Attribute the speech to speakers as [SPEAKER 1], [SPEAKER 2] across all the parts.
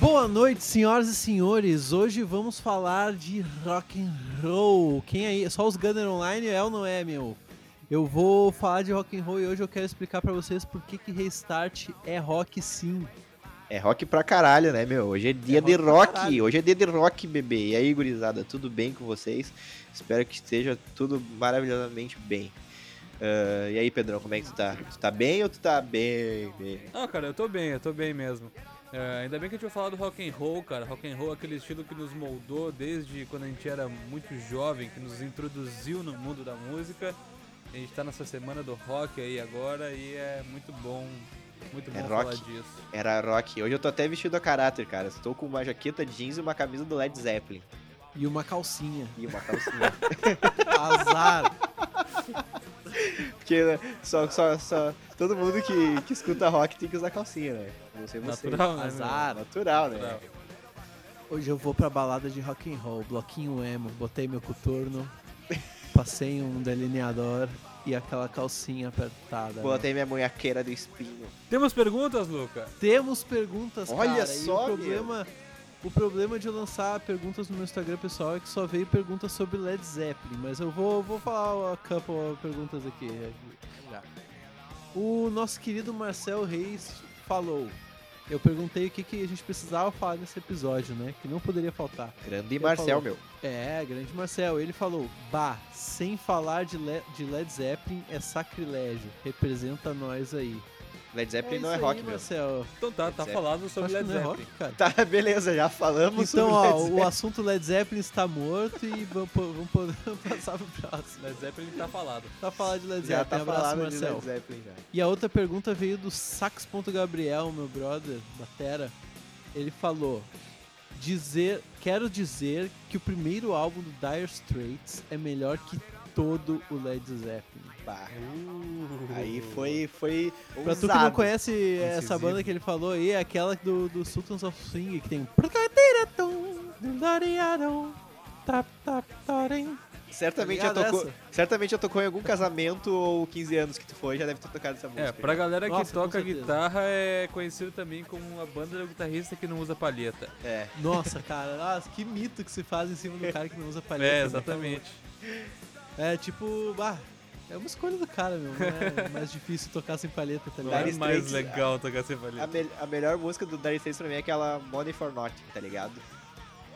[SPEAKER 1] Boa noite, senhoras e senhores. Hoje vamos falar de rock and roll. Quem aí? Só os Gunner Online é ou não é, meu? Eu vou falar de rock and roll e hoje eu quero explicar pra vocês por que que Restart é rock sim.
[SPEAKER 2] É rock pra caralho, né, meu? Hoje é dia de
[SPEAKER 1] rock pra
[SPEAKER 2] rock.
[SPEAKER 1] caralho.
[SPEAKER 2] Hoje é dia de rock, bebê. E aí, gurizada, tudo bem com vocês? Espero que esteja tudo maravilhosamente bem. Ah, e aí, Pedrão, como é que tu tá? Tu tá bem ou tu tá bem? bem?
[SPEAKER 3] Não, cara, eu tô bem, eu tô bem mesmo. É, ainda bem que a gente vai falar do rock and roll, cara. Rock and roll é aquele estilo que nos moldou desde quando a gente era muito jovem, que nos introduziu no mundo da música. A gente tá nessa semana do rock aí agora e é muito bom, muito bom
[SPEAKER 2] É
[SPEAKER 3] falar
[SPEAKER 2] rock.
[SPEAKER 3] disso.
[SPEAKER 2] Era rock. Hoje eu tô até vestido a caráter, cara. Estou com uma jaqueta jeans e uma camisa do Led Zeppelin.
[SPEAKER 1] E uma calcinha.
[SPEAKER 2] E uma calcinha.
[SPEAKER 1] Azar.
[SPEAKER 2] Porque né, só, só, só- todo mundo que, que escuta rock tem que usar calcinha, né? Não sei você.
[SPEAKER 3] Natural, né?
[SPEAKER 1] Azar.
[SPEAKER 2] Ah, natural,
[SPEAKER 1] É.
[SPEAKER 3] meu?
[SPEAKER 2] né?
[SPEAKER 3] Natural.
[SPEAKER 1] Hoje eu vou pra balada de rock and roll, bloquinho emo, botei meu coturno, passei um delineador e aquela calcinha apertada. né?
[SPEAKER 2] Botei minha munhaqueira do espinho.
[SPEAKER 3] Temos perguntas, Luca?
[SPEAKER 1] Temos perguntas,
[SPEAKER 2] Olha
[SPEAKER 1] cara.
[SPEAKER 2] só,
[SPEAKER 1] e o problema, o problema de eu lançar perguntas no meu Instagram pessoal é que só veio perguntas sobre Led Zeppelin, mas eu vou, vou falar a couple of perguntas aqui. né? já. O nosso querido Marcel Reis falou. Eu perguntei o que, que a gente precisava falar nesse episódio, né? Que não poderia faltar.
[SPEAKER 2] Grande
[SPEAKER 1] Ele
[SPEAKER 2] Marcel,
[SPEAKER 1] falou.
[SPEAKER 2] meu.
[SPEAKER 1] É, grande Marcel. Ele falou: Bah, sem falar de, Le- de Led Zeppelin é sacrilégio. Representa nós aí.
[SPEAKER 2] Led Zeppelin não
[SPEAKER 1] isso
[SPEAKER 2] é
[SPEAKER 1] aí,
[SPEAKER 2] rock, meu.
[SPEAKER 1] Marcel.
[SPEAKER 3] Então tá,
[SPEAKER 2] Led
[SPEAKER 3] tá
[SPEAKER 2] Zeppelin.
[SPEAKER 3] falado sobre
[SPEAKER 1] É Acho que
[SPEAKER 3] Led
[SPEAKER 1] não é
[SPEAKER 3] Zeppelin.
[SPEAKER 1] rock, cara.
[SPEAKER 2] Tá, beleza, já falamos
[SPEAKER 1] Então,
[SPEAKER 2] sobre
[SPEAKER 1] ó,
[SPEAKER 2] Led
[SPEAKER 1] o assunto Led Zeppelin está morto e vamos, po- vamos po- vamos passar pro próximo.
[SPEAKER 3] Led Zeppelin tá falado.
[SPEAKER 1] Tá falando de Led
[SPEAKER 2] Zeppelin. Já
[SPEAKER 1] Zeppelin,
[SPEAKER 2] tá
[SPEAKER 1] abraço,
[SPEAKER 2] falando de
[SPEAKER 1] Marcel.
[SPEAKER 2] Led Zeppelin, já.
[SPEAKER 1] E a outra pergunta veio do sax.gabriel, meu brother, batera. Ele falou: dizer, Quero dizer que o primeiro álbum do Dire Straits é melhor que todo o Led Zeppelin.
[SPEAKER 2] Bah,
[SPEAKER 1] Uh.
[SPEAKER 2] aí foi, foi
[SPEAKER 1] Pra tu que não
[SPEAKER 2] ousado.
[SPEAKER 1] conhece essa
[SPEAKER 3] Incisivo.
[SPEAKER 1] banda que ele falou aí, é aquela do, do Sultans of Swing, que tem... Tap, tap, tarem.
[SPEAKER 2] certamente,
[SPEAKER 1] Tá
[SPEAKER 2] já
[SPEAKER 1] ligado
[SPEAKER 2] tocou,
[SPEAKER 1] essa?
[SPEAKER 2] certamente já tocou em algum casamento ou 15 anos que tu foi, já deve ter tocado essa música.
[SPEAKER 3] É, pra galera que
[SPEAKER 1] Nossa, com
[SPEAKER 3] toca
[SPEAKER 1] certeza.
[SPEAKER 3] guitarra é conhecido também como a banda do guitarrista que não usa palheta.
[SPEAKER 2] É,
[SPEAKER 1] Nossa, cara, nossa, que mito que se faz em cima do cara que não usa palheta.
[SPEAKER 3] É,
[SPEAKER 1] né?
[SPEAKER 3] exatamente.
[SPEAKER 1] É tipo, bah, é uma escolha do cara, meu. Não é mais difícil tocar sem palheta, tá
[SPEAKER 3] Não
[SPEAKER 1] ligado?
[SPEAKER 3] é
[SPEAKER 2] Dire
[SPEAKER 3] mais
[SPEAKER 2] Straits,
[SPEAKER 3] legal tocar sem
[SPEAKER 2] a,
[SPEAKER 3] palheta.
[SPEAKER 2] me- a melhor música do Dire Straits pra mim é aquela Money for Nothing, tá ligado?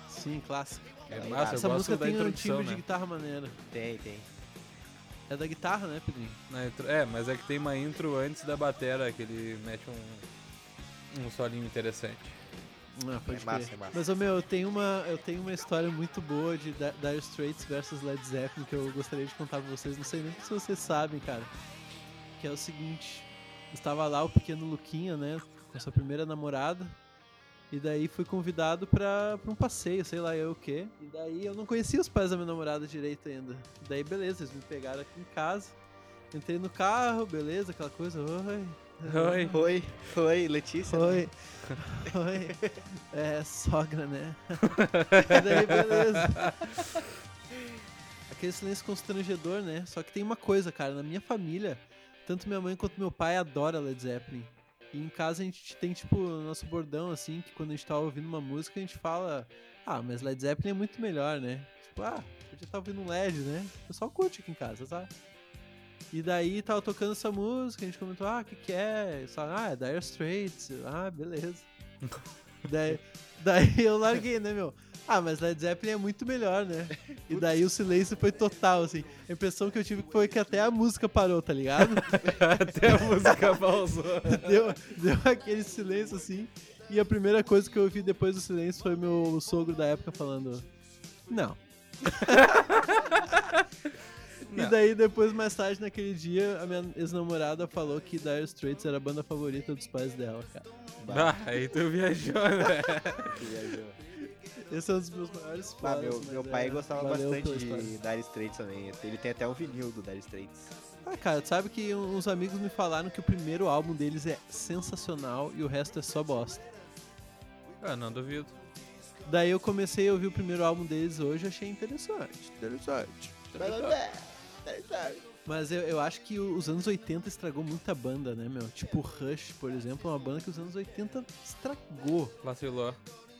[SPEAKER 1] Sim, clássico.
[SPEAKER 3] É
[SPEAKER 2] Ela-
[SPEAKER 3] massa, eu
[SPEAKER 1] Essa
[SPEAKER 3] gosto
[SPEAKER 1] música
[SPEAKER 3] da
[SPEAKER 1] tem um
[SPEAKER 3] introdução,
[SPEAKER 1] timbre de
[SPEAKER 3] né?
[SPEAKER 1] guitarra maneiro.
[SPEAKER 2] Tem, tem.
[SPEAKER 1] É da guitarra, né, Pedrinho?
[SPEAKER 3] Na intro- É, mas é que tem uma intro antes da batera que ele mete um, um solinho interessante.
[SPEAKER 1] Ah, pode
[SPEAKER 2] É massa,
[SPEAKER 1] crer.
[SPEAKER 2] é massa.
[SPEAKER 1] Mas, ô, meu, eu tenho, uma, eu tenho uma história muito boa de Di- Dire Straits versus Led Zeppelin que eu gostaria de contar pra vocês. Não sei nem se vocês sabem, cara. Que é o seguinte: estava lá o pequeno Luquinha, né? Com sua primeira namorada. E daí fui convidado pra, pra um passeio, sei lá eu o quê. E daí eu não conhecia os pais da minha namorada direito ainda. E daí, beleza, eles me pegaram aqui em casa. Entrei no carro, beleza, aquela coisa. Oi.
[SPEAKER 3] Oi.
[SPEAKER 2] Oi, oi, Letícia.
[SPEAKER 1] Oi. Oi. É, sogra, né? E daí, beleza. Aquele silêncio constrangedor, né? Só que tem uma coisa, cara. Na minha família, tanto minha mãe quanto meu pai adora Led Zeppelin. E em casa a gente tem, tipo, o nosso bordão, assim, que quando a gente tá ouvindo uma música, a gente fala... Ah, mas Led Zeppelin é muito melhor, né? Tipo, ah, podia estar ouvindo um LED, né? O pessoal curte aqui em casa, tá? sabe? E daí tava tocando essa música, a gente comentou, ah, o que que é? Só, ah, é Dire Straits. Eu, Ah, beleza. daí, daí eu larguei, né, meu? Ah, mas Led Zeppelin é muito melhor, né? E daí o silêncio foi total, assim. A impressão que eu tive foi que até a música parou, tá ligado?
[SPEAKER 3] Até a música pausou.
[SPEAKER 1] deu, deu aquele silêncio assim. E a primeira coisa que eu ouvi depois do silêncio foi meu sogro da época falando: Não. E
[SPEAKER 3] Não.
[SPEAKER 1] daí, depois, mais tarde naquele dia, a minha ex-namorada falou que Dire Straits era a banda favorita dos pais dela, cara.
[SPEAKER 3] Bah, aí tu viajou, né?
[SPEAKER 2] Que viajou.
[SPEAKER 1] Esse é um dos meus maiores fãs.
[SPEAKER 2] Ah, meu,
[SPEAKER 1] mas
[SPEAKER 2] meu
[SPEAKER 1] é,
[SPEAKER 2] pai gostava
[SPEAKER 1] valeu
[SPEAKER 2] bastante
[SPEAKER 1] pela
[SPEAKER 2] de
[SPEAKER 1] história.
[SPEAKER 2] Dire Straits também. Ele tem até um vinil do Dire Straits.
[SPEAKER 1] Ah, cara, tu sabe que uns amigos me falaram que o primeiro álbum deles é sensacional e o resto é só bosta.
[SPEAKER 3] Ah, não duvido.
[SPEAKER 1] Daí eu comecei a ouvir o primeiro álbum deles hoje e achei interessante. Interessante.
[SPEAKER 2] Tá
[SPEAKER 1] Mas eu, eu acho que os anos 80 estragou muita banda, né, meu? Tipo Rush, por exemplo, é uma banda que os anos 80 estragou.
[SPEAKER 3] Vacilou.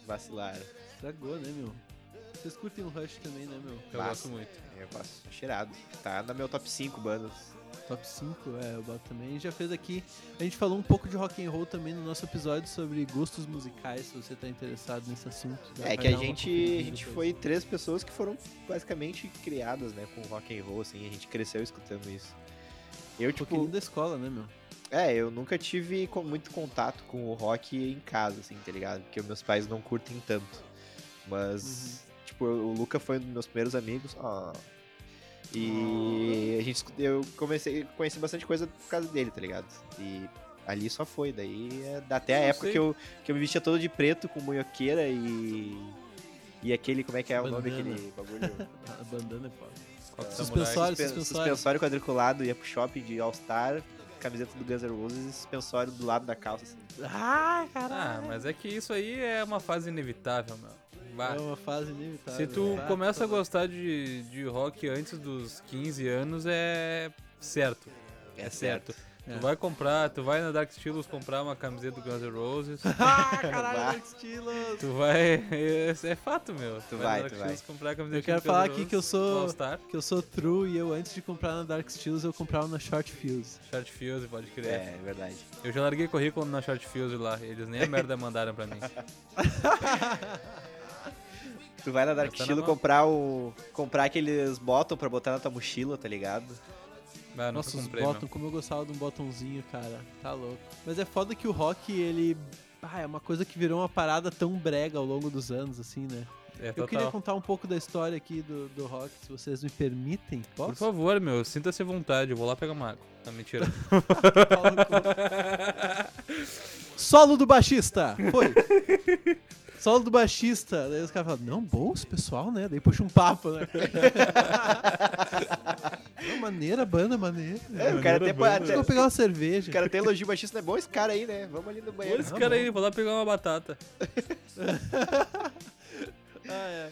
[SPEAKER 2] Vacilaram.
[SPEAKER 1] Estragou, né, meu? Vocês curtem o Rush também, né, meu?
[SPEAKER 3] Eu
[SPEAKER 2] Massa.
[SPEAKER 3] gosto muito.
[SPEAKER 2] Eu passo cheirado. Tá na meu top 5 bandas.
[SPEAKER 1] Top 5, é, eu boto também. A gente já fez aqui. A gente falou um pouco de rock and roll também no nosso episódio sobre gostos musicais, se você tá interessado nesse assunto. dá
[SPEAKER 2] É
[SPEAKER 1] pra
[SPEAKER 2] que a
[SPEAKER 1] dar uma
[SPEAKER 2] gente,
[SPEAKER 1] conferida
[SPEAKER 2] a gente
[SPEAKER 1] depois. Um
[SPEAKER 2] foi três pessoas que foram basicamente criadas, né, com rock and roll, assim, a gente cresceu escutando isso. Eu,
[SPEAKER 1] Um pouquinho
[SPEAKER 2] tipo,
[SPEAKER 1] da escola, né, meu?
[SPEAKER 2] é, eu nunca tive com- muito contato com o rock em casa, assim, tá ligado? Porque meus pais não curtem tanto. Mas, tipo, o Luca foi um dos meus primeiros amigos, ó. E a gente, escu- eu comecei, conheci bastante coisa por causa dele, tá ligado? E ali só foi, daí é- até a
[SPEAKER 3] Eu
[SPEAKER 2] época
[SPEAKER 3] sei.
[SPEAKER 2] que eu, que eu me vestia todo de preto com munhoqueira e. E aquele, como é que é o nome
[SPEAKER 1] Bandana.
[SPEAKER 2] daquele bagulho?
[SPEAKER 1] A bandana é foda.
[SPEAKER 3] Rock Samurai.
[SPEAKER 1] Suspensório,
[SPEAKER 2] Suspen-
[SPEAKER 1] suspensório.
[SPEAKER 2] suspensório quadriculado, ia pro shopping de All-Star, camiseta do Guns N' Roses e suspensório do lado da calça, assim.
[SPEAKER 1] Ah,
[SPEAKER 3] Ah, mas é que isso aí é uma fase inevitável, meu. Vá.
[SPEAKER 1] É uma fase inevitável.
[SPEAKER 3] Se tu
[SPEAKER 1] né?
[SPEAKER 3] começa a gostar de, de rock antes dos 15 anos, é certo. É certo.
[SPEAKER 1] É.
[SPEAKER 3] Tu vai comprar, tu vai na Dark Stylos comprar uma camiseta do Guns N' Roses.
[SPEAKER 1] Ah,
[SPEAKER 2] Bah.
[SPEAKER 1] caralho, Dark Stylos!
[SPEAKER 3] tu vai. É, é fato, meu.
[SPEAKER 2] Tu vai,
[SPEAKER 3] na
[SPEAKER 2] tu
[SPEAKER 3] Dark Stylos comprar a camiseta
[SPEAKER 1] Eu quero
[SPEAKER 3] do Guns N'
[SPEAKER 1] falar aqui
[SPEAKER 3] Roses,
[SPEAKER 1] que eu sou-
[SPEAKER 3] All Star,
[SPEAKER 1] Que eu sou true e eu, antes de comprar na Dark Styles, eu comprava na Short Fuse.
[SPEAKER 3] Short Fuse, pode crer.
[SPEAKER 2] É, é verdade.
[SPEAKER 3] Eu já larguei currículo na Short Fuse lá. Eles nem a merda mandaram pra mim.
[SPEAKER 2] Tu vai na Dark
[SPEAKER 3] Mas tá na
[SPEAKER 2] Chilo
[SPEAKER 3] mão.
[SPEAKER 2] comprar o. comprar aqueles bottom pra botar na tua mochila, tá ligado?
[SPEAKER 3] Mas eu
[SPEAKER 1] Nossa, os
[SPEAKER 3] nunca Ah, comprei,
[SPEAKER 1] bottom,
[SPEAKER 3] meu.
[SPEAKER 1] como eu gostava de um botãozinho, cara. Tá louco. Mas é foda que o rock, ele. Ah, é uma coisa que virou uma parada tão brega ao longo dos anos, assim, né?
[SPEAKER 3] É
[SPEAKER 1] Eu queria
[SPEAKER 3] total.
[SPEAKER 1] contar um pouco da história aqui do, do rock, se vocês me permitem.
[SPEAKER 3] Por
[SPEAKER 1] Posso?
[SPEAKER 3] favor, meu, sinta-se à vontade. Eu vou lá pegar uma água. Tá Não, mentira.
[SPEAKER 1] Solo do baixista! Foi! Solo do baixista. Daí os caras falam, não, bom esse pessoal, né? Daí puxa um papo, né? não, maneira, banda, maneira.
[SPEAKER 2] É, o cara até.
[SPEAKER 1] Deixa eu
[SPEAKER 2] até
[SPEAKER 1] pegar uma
[SPEAKER 2] o
[SPEAKER 1] cerveja.
[SPEAKER 2] cara até elogio baixista, não é bom esse cara aí, né? Vamos ali no
[SPEAKER 3] Olha
[SPEAKER 1] Tá
[SPEAKER 2] banheiro.
[SPEAKER 3] esse cara aí, vou lá pegar uma batata.
[SPEAKER 1] Ah, é.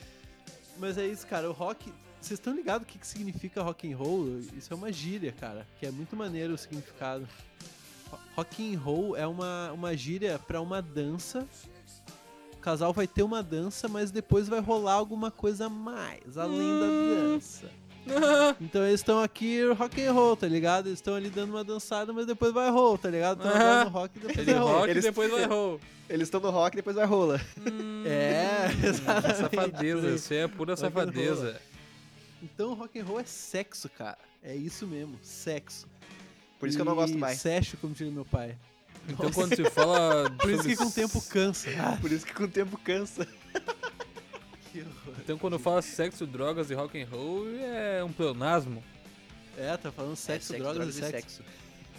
[SPEAKER 1] Mas é isso, cara. O rock. Vocês estão ligados o que, que significa rock and roll? Isso é uma gíria, cara. Que é muito maneiro o significado. Ro- Rock and roll é uma, uma gíria pra uma dança. O casal vai ter uma dança, mas depois vai rolar alguma coisa a mais, além
[SPEAKER 3] Hum.
[SPEAKER 1] da dança. Então eles estão aqui rock and roll, tá ligado? Eles estão ali dando uma dançada, mas depois vai roll, tá ligado? Estão
[SPEAKER 3] Ah.
[SPEAKER 1] no rock e depois
[SPEAKER 3] Ele
[SPEAKER 1] vai roll.
[SPEAKER 3] rock e
[SPEAKER 2] Eles-
[SPEAKER 3] depois vai roll.
[SPEAKER 2] Eles estão no rock e depois vai rola.
[SPEAKER 1] É, exatamente.
[SPEAKER 3] Hum, Safadeza, isso é pura
[SPEAKER 1] Rock and roll.
[SPEAKER 3] safadeza.
[SPEAKER 1] Então rock and roll é sexo, cara. É isso mesmo, sexo.
[SPEAKER 2] Por isso que eu
[SPEAKER 1] E
[SPEAKER 2] não gosto mais.
[SPEAKER 1] Sexo, como diria meu pai.
[SPEAKER 3] Então quando se fala.
[SPEAKER 1] Por isso
[SPEAKER 3] sobre
[SPEAKER 1] que com o
[SPEAKER 3] s-
[SPEAKER 1] tempo cansa. Ah,
[SPEAKER 2] Por isso que com o tempo cansa.
[SPEAKER 1] que horror.
[SPEAKER 3] Então quando fala sexo, drogas e rock and roll é um pleonasmo.
[SPEAKER 1] É, tá falando sexo, drogas, e sexo.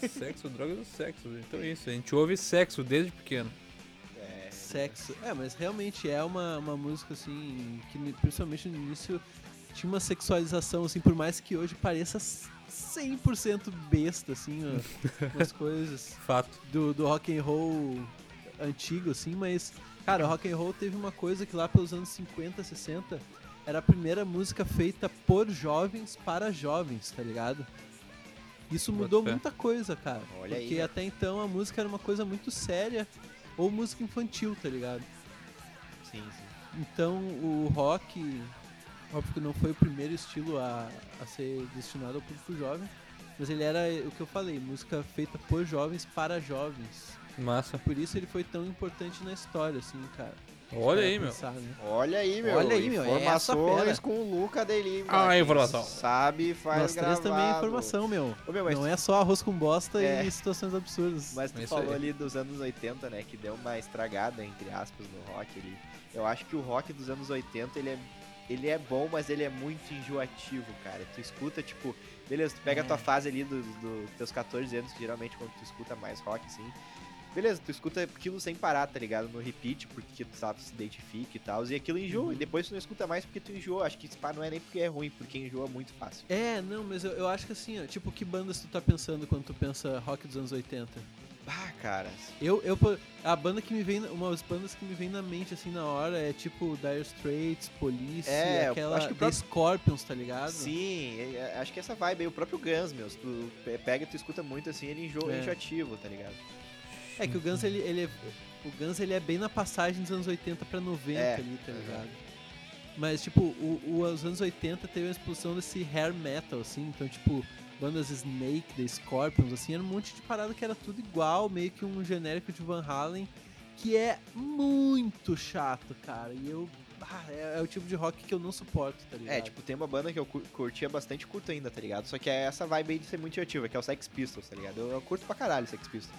[SPEAKER 3] Sexo, drogas e sexo. Então é isso, a gente ouve sexo desde pequeno.
[SPEAKER 2] É.
[SPEAKER 1] Sexo. É, mas realmente é uma, uma música, assim, que ni- principalmente no início tinha uma sexualização, assim, por mais que hoje pareça s- 100% besta, assim, ó, umas coisas.
[SPEAKER 3] Fato.
[SPEAKER 1] do, do rock and roll antigo, assim, mas, cara, o rock and roll teve uma coisa que lá pelos anos 50, 60, era a primeira música feita por jovens para jovens, tá ligado? Isso
[SPEAKER 3] Bota
[SPEAKER 1] mudou
[SPEAKER 3] fé.
[SPEAKER 1] muita coisa, cara.
[SPEAKER 2] Olha aí, né?
[SPEAKER 1] porque
[SPEAKER 2] cara.
[SPEAKER 1] até então a música era uma coisa muito séria ou música infantil, tá ligado?
[SPEAKER 2] Sim, sim.
[SPEAKER 1] Então o rock, óbvio que não foi o primeiro estilo a, a ser destinado ao público jovem, mas ele era o que eu falei, música feita por jovens para jovens.
[SPEAKER 3] Massa.
[SPEAKER 1] Por isso ele foi tão importante na história, assim, cara.
[SPEAKER 3] Olha
[SPEAKER 1] Pra
[SPEAKER 3] aí, meu.
[SPEAKER 1] pensar, né?
[SPEAKER 2] Olha aí, meu.
[SPEAKER 1] Olha aí, meu, é essa
[SPEAKER 2] Informações
[SPEAKER 1] fera.
[SPEAKER 2] com o Luca Delim.
[SPEAKER 3] Ah,
[SPEAKER 2] quem
[SPEAKER 3] informação.
[SPEAKER 2] Sabe, faz
[SPEAKER 1] Nós três também é
[SPEAKER 2] gravado.
[SPEAKER 1] informação, meu.
[SPEAKER 2] Ô, meu, mas
[SPEAKER 1] Não é só arroz com bosta
[SPEAKER 2] É.
[SPEAKER 1] e situações absurdas.
[SPEAKER 2] Mas tu
[SPEAKER 3] Isso
[SPEAKER 2] falou
[SPEAKER 3] aí.
[SPEAKER 2] ali dos anos 80, né? Que deu uma estragada, entre aspas, no rock ali. Eu acho que o rock dos anos 80, ele é, ele é bom, mas ele é muito enjoativo, cara. Tu escuta, tipo... Beleza, tu pega a tua fase ali dos do, teus 14 anos, que geralmente quando tu escuta mais rock, assim... Beleza, tu escuta aquilo sem parar, tá ligado? No repeat, porque tu sabe, se identifica e tal. E aquilo enjoa.
[SPEAKER 1] Uhum.
[SPEAKER 2] E depois tu não escuta mais porque tu enjoa. Acho que esse pá não é nem porque é ruim, porque enjoa muito fácil.
[SPEAKER 1] É, não, mas eu, eu acho que assim, ó, tipo, que bandas tu tá pensando quando tu pensa rock dos anos 80?
[SPEAKER 2] Ah, cara.
[SPEAKER 1] Eu, eu, po- a banda que me vem, na- umas bandas que me vem na mente, assim, na hora, é tipo Dire Straits, Police,
[SPEAKER 2] É, eu
[SPEAKER 1] aquela
[SPEAKER 2] acho que o
[SPEAKER 1] The
[SPEAKER 2] próprio-
[SPEAKER 1] Scorpions, tá ligado?
[SPEAKER 2] Sim, é- é- acho que essa vibe aí, o próprio Guns, meu, se tu pe- pega e tu escuta muito assim, ele enjoa,
[SPEAKER 1] É.
[SPEAKER 2] enjoativo, tá ligado?
[SPEAKER 1] É que o Guns, ele, ele é, o Guns, ele é bem na passagem dos anos 80 pra 90
[SPEAKER 2] É,
[SPEAKER 1] ali, tá
[SPEAKER 2] aham.
[SPEAKER 1] ligado? Mas, tipo, o, o- os anos 80 teve a explosão desse hair metal, assim, então, tipo, bandas Snake, The Scorpions, assim, era um monte de parada que era tudo igual, meio que um genérico de Van Halen, que é muito chato, cara, e eu... ah, é, é o tipo de rock que eu não suporto, tá ligado?
[SPEAKER 2] É, tipo, tem uma banda que eu cu- curtia bastante, curto ainda, tá ligado? Só que é essa vibe aí de ser muito ativa, que é o Sex Pistols, tá ligado? Eu, eu curto pra caralho Sex Pistols.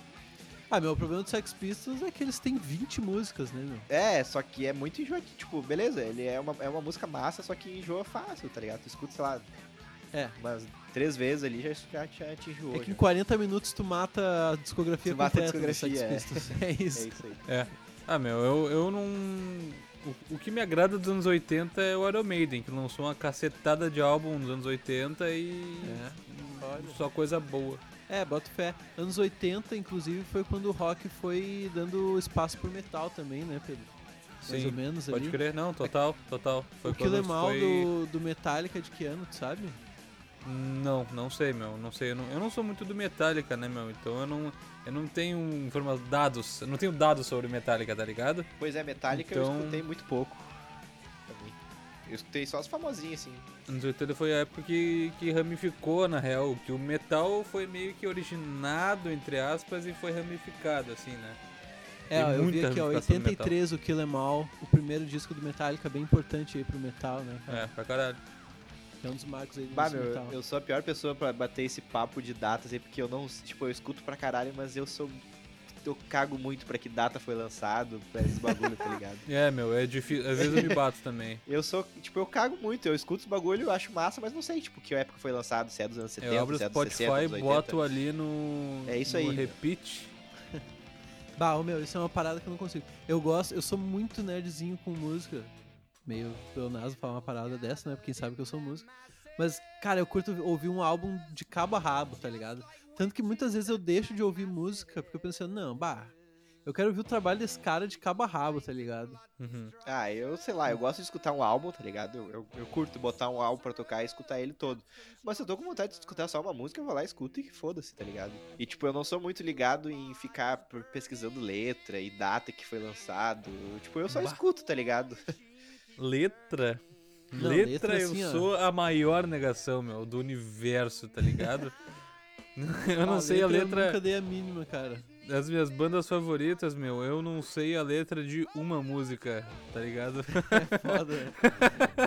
[SPEAKER 1] Ah, meu, o problema do Sex Pistols é que eles têm 20 músicas, né, meu?
[SPEAKER 2] É, só que é muito enjoativo. Tipo, beleza, ele é uma, é uma música massa, só que enjoa fácil, tá ligado? Tu escuta, sei lá,
[SPEAKER 1] É.
[SPEAKER 2] umas três vezes ali já, já, já te enjoou.
[SPEAKER 1] É que em
[SPEAKER 2] já.
[SPEAKER 1] 40 minutos tu mata a discografia
[SPEAKER 2] Tu mata a
[SPEAKER 1] completa do Sex
[SPEAKER 2] discografia, é.
[SPEAKER 1] Pistols. É
[SPEAKER 2] É
[SPEAKER 1] isso.
[SPEAKER 2] isso aí.
[SPEAKER 3] Ah, meu, eu, eu não. O, o que me agrada dos anos 80 é o Iron Maiden, que lançou uma cacetada de álbum nos anos 80 e.
[SPEAKER 1] É. Olha.
[SPEAKER 3] Só coisa boa.
[SPEAKER 1] É, boto fé. Anos 80, inclusive, foi quando o rock foi dando espaço pro metal também, né, Pedro? Mais ou
[SPEAKER 3] Sim.
[SPEAKER 1] menos
[SPEAKER 3] Pode
[SPEAKER 1] ali.
[SPEAKER 3] crer, não, total, total. Foi
[SPEAKER 1] o
[SPEAKER 3] quando
[SPEAKER 1] Killer Mal
[SPEAKER 3] foi...
[SPEAKER 1] do, do Metallica de que ano, tu sabe?
[SPEAKER 3] Não, não sei, meu. Não sei. Eu não, eu não sou muito do Metallica, né, meu? Então eu não, eu não tenho informa dados. Eu não tenho dados sobre Metallica, tá ligado?
[SPEAKER 2] Pois é, Metallica eu
[SPEAKER 3] Então-
[SPEAKER 2] escutei muito pouco. Também. Eu escutei só as famosinhas, assim.
[SPEAKER 3] Anos 80 foi a época que, que ramificou, na real. Que o metal foi meio que originado, entre aspas, e foi ramificado, assim, né?
[SPEAKER 1] É,
[SPEAKER 3] Tem
[SPEAKER 1] ó, eu vi
[SPEAKER 3] muita
[SPEAKER 1] aqui, ó,
[SPEAKER 3] ramificação do
[SPEAKER 1] 83 o Killer Mal, o primeiro disco do Metallica, bem importante aí pro metal, né? cara?
[SPEAKER 3] É, pra caralho.
[SPEAKER 1] É um dos marcos aí do
[SPEAKER 2] Bah,
[SPEAKER 1] nosso
[SPEAKER 2] meu,
[SPEAKER 1] metal.
[SPEAKER 2] eu sou a pior pessoa pra bater esse papo de datas aí, porque eu não. Tipo, eu escuto pra caralho, mas eu sou. Eu cago muito pra que data foi lançado, pra esses bagulho, tá ligado?
[SPEAKER 3] É, meu, é difícil. Às vezes eu me bato também.
[SPEAKER 2] Eu sou. Tipo, eu cago muito, eu escuto os bagulho, eu acho massa, mas não sei, tipo, que época foi lançado, se é dos anos 70,
[SPEAKER 3] Eu abro o
[SPEAKER 2] se é dos 60,
[SPEAKER 3] Spotify,
[SPEAKER 2] dos 80.
[SPEAKER 3] boto ali no.
[SPEAKER 2] É isso
[SPEAKER 3] no
[SPEAKER 2] aí, meu.
[SPEAKER 3] Repeat.
[SPEAKER 1] Bah, ô, meu, isso é uma parada que eu não consigo. Eu gosto, eu sou muito nerdzinho com música. Meio pleonasmo falar uma parada dessa, né? Porque quem sabe que eu sou músico. Mas, cara, eu curto ouvir um álbum de cabo a rabo, tá ligado? Tanto que muitas vezes eu deixo de ouvir música porque eu penso, não, bah, eu quero ouvir o trabalho desse cara de cabo a rabo, tá ligado?
[SPEAKER 3] Uhum.
[SPEAKER 2] Ah, eu sei lá, eu gosto de escutar um álbum, tá ligado? Eu, eu, eu curto botar um álbum pra tocar e escutar ele todo. Mas se eu tô com vontade de escutar só uma música, eu vou lá e escuto e que foda-se, tá ligado? E tipo, eu não sou muito ligado em ficar p- pesquisando letra e data que foi lançado. Eu, tipo, eu só
[SPEAKER 3] Bah.
[SPEAKER 2] escuto, tá ligado?
[SPEAKER 3] Letra?
[SPEAKER 1] Não,
[SPEAKER 3] letra,
[SPEAKER 1] letra,
[SPEAKER 3] eu
[SPEAKER 1] assim, ó.
[SPEAKER 3] sou a maior negação, meu, do universo, tá ligado? eu não sei a
[SPEAKER 1] Ah, Eu
[SPEAKER 3] letra.
[SPEAKER 1] é nunca dei a mínima, cara.
[SPEAKER 3] das minhas bandas favoritas, meu, eu não sei a letra de uma música, tá ligado?
[SPEAKER 1] Foda, né?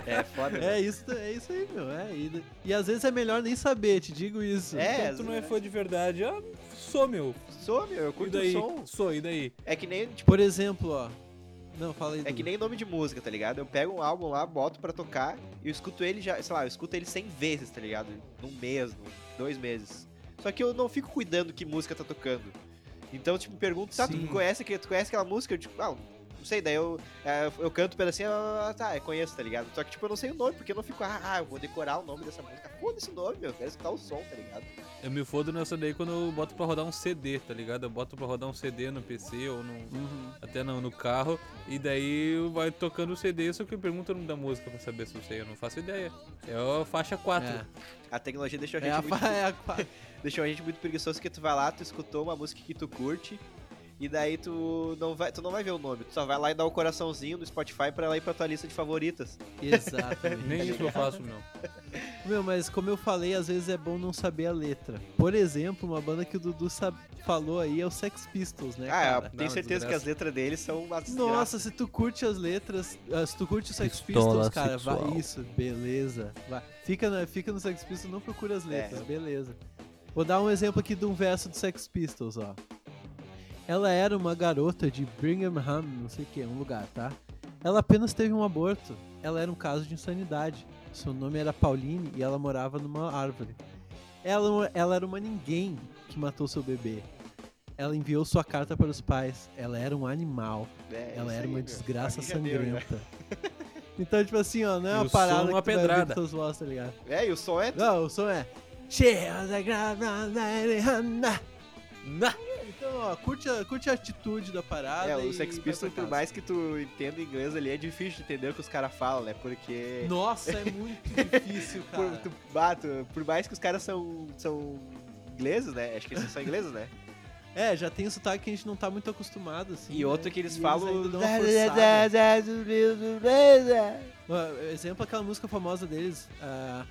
[SPEAKER 2] É foda. né?
[SPEAKER 1] É isso, é isso aí, meu. É, e, e às vezes é melhor nem saber, te digo isso.
[SPEAKER 2] É,
[SPEAKER 3] Então tu não é fã de verdade. Ah, sou, meu.
[SPEAKER 2] Sou, meu, eu
[SPEAKER 3] e
[SPEAKER 2] curto o
[SPEAKER 3] daí?
[SPEAKER 2] som.
[SPEAKER 3] Sou, e daí?
[SPEAKER 2] É que nem, tipo,
[SPEAKER 1] Por exemplo, ó. Não, fala aí.
[SPEAKER 2] é que
[SPEAKER 1] Dudu.
[SPEAKER 2] nem nome de música, tá ligado? Eu pego um álbum lá, boto pra tocar e eu escuto ele já, sei lá, eu escuto ele 100 vezes, tá ligado? Num mês, num- dois meses. Só que eu não fico cuidando que música tá tocando. Então, tipo, me pergunto, tá,
[SPEAKER 1] Sim.
[SPEAKER 2] tu conhece, aquele- tu conhece aquela música? Eu, tipo, ah, não sei, daí eu, é, eu canto pela assim, ah, tá, eu conheço, tá ligado? Só que, tipo, eu não sei o nome, porque eu não fico, ah, ah, eu vou decorar o nome dessa música. Foda esse nome, meu, eu quero escutar o som, tá ligado?
[SPEAKER 3] Eu me fodo nessa daí quando eu boto pra rodar um CD, tá ligado? Eu boto pra rodar um CD no PC ou no,
[SPEAKER 1] Uhum.
[SPEAKER 3] até no, no carro, e daí vai tocando o CD, só que eu pergunto o nome da música pra saber se eu sei, eu não faço ideia. É a faixa 4.
[SPEAKER 1] É.
[SPEAKER 2] A tecnologia deixa a gente
[SPEAKER 1] É a,
[SPEAKER 2] muito
[SPEAKER 1] fa- é a qua-
[SPEAKER 2] deixou a gente muito preguiçoso que tu vai lá, tu escutou uma música que tu curte e daí tu não vai, tu não vai ver o nome, tu só vai lá e dá o coraçãozinho no Spotify pra ela ir pra tua lista de favoritas.
[SPEAKER 1] Exatamente.
[SPEAKER 3] Nem isso eu faço, meu.
[SPEAKER 1] Meu, mas como eu falei, às vezes é bom não saber a letra. Por exemplo, uma banda que o Dudu sab- falou aí é o Sex Pistols, né,
[SPEAKER 2] ah, eu
[SPEAKER 1] cara?
[SPEAKER 2] tenho
[SPEAKER 3] Não,
[SPEAKER 2] certeza
[SPEAKER 3] desgraça.
[SPEAKER 2] que as letras deles são uma
[SPEAKER 1] Nossa, se tu curte as letras, ah, se tu curte o Sex
[SPEAKER 3] Pistola
[SPEAKER 1] Pistols, cara,
[SPEAKER 3] sexual.
[SPEAKER 1] vai isso, beleza. Vai. Fica, na- fica no Sex Pistols, não procura as letras,
[SPEAKER 2] É.
[SPEAKER 1] beleza. Vou dar um exemplo aqui de um verso do Sex Pistols, ó. Ela era uma garota de Birmingham, não sei o que, um lugar, tá? Ela apenas teve um aborto. Ela era um caso de insanidade. Seu nome era Pauline e ela morava numa árvore. Ela, ela era uma ninguém que matou seu bebê. Ela enviou sua carta para os pais. Ela era um animal.
[SPEAKER 2] É,
[SPEAKER 1] Ela
[SPEAKER 2] isso
[SPEAKER 1] era
[SPEAKER 2] aí,
[SPEAKER 1] uma
[SPEAKER 2] meu.
[SPEAKER 1] desgraça
[SPEAKER 2] Pra mim já deu, né? já.
[SPEAKER 1] sangrenta. então, tipo assim, ó, não é uma
[SPEAKER 3] E o som
[SPEAKER 1] parada
[SPEAKER 3] é uma
[SPEAKER 1] que tu vai ouvir
[SPEAKER 3] pedrada.
[SPEAKER 1] com teus vozes, tá ligado?
[SPEAKER 2] É, e o som é.
[SPEAKER 1] Não, o som é...
[SPEAKER 3] Na-
[SPEAKER 1] Então, ó, curte a, curte a atitude da parada
[SPEAKER 2] É, o
[SPEAKER 1] e
[SPEAKER 2] Sex
[SPEAKER 1] vai
[SPEAKER 2] Pistols,
[SPEAKER 1] pra
[SPEAKER 2] por
[SPEAKER 1] casa.
[SPEAKER 2] mais que tu entenda inglês ali, é difícil de entender o que os caras falam, né? Porque.
[SPEAKER 1] Nossa, é muito difícil, cara.
[SPEAKER 2] Por, tu, bah, tu- por mais que os caras são, são ingleses, né? Acho que eles são ingleses, né?
[SPEAKER 1] É, já tem um sotaque que a gente não tá muito acostumado, assim.
[SPEAKER 2] E outro que eles falam.
[SPEAKER 1] ainda dão uma forçada. Ó, Exemplo aquela música famosa deles, ah,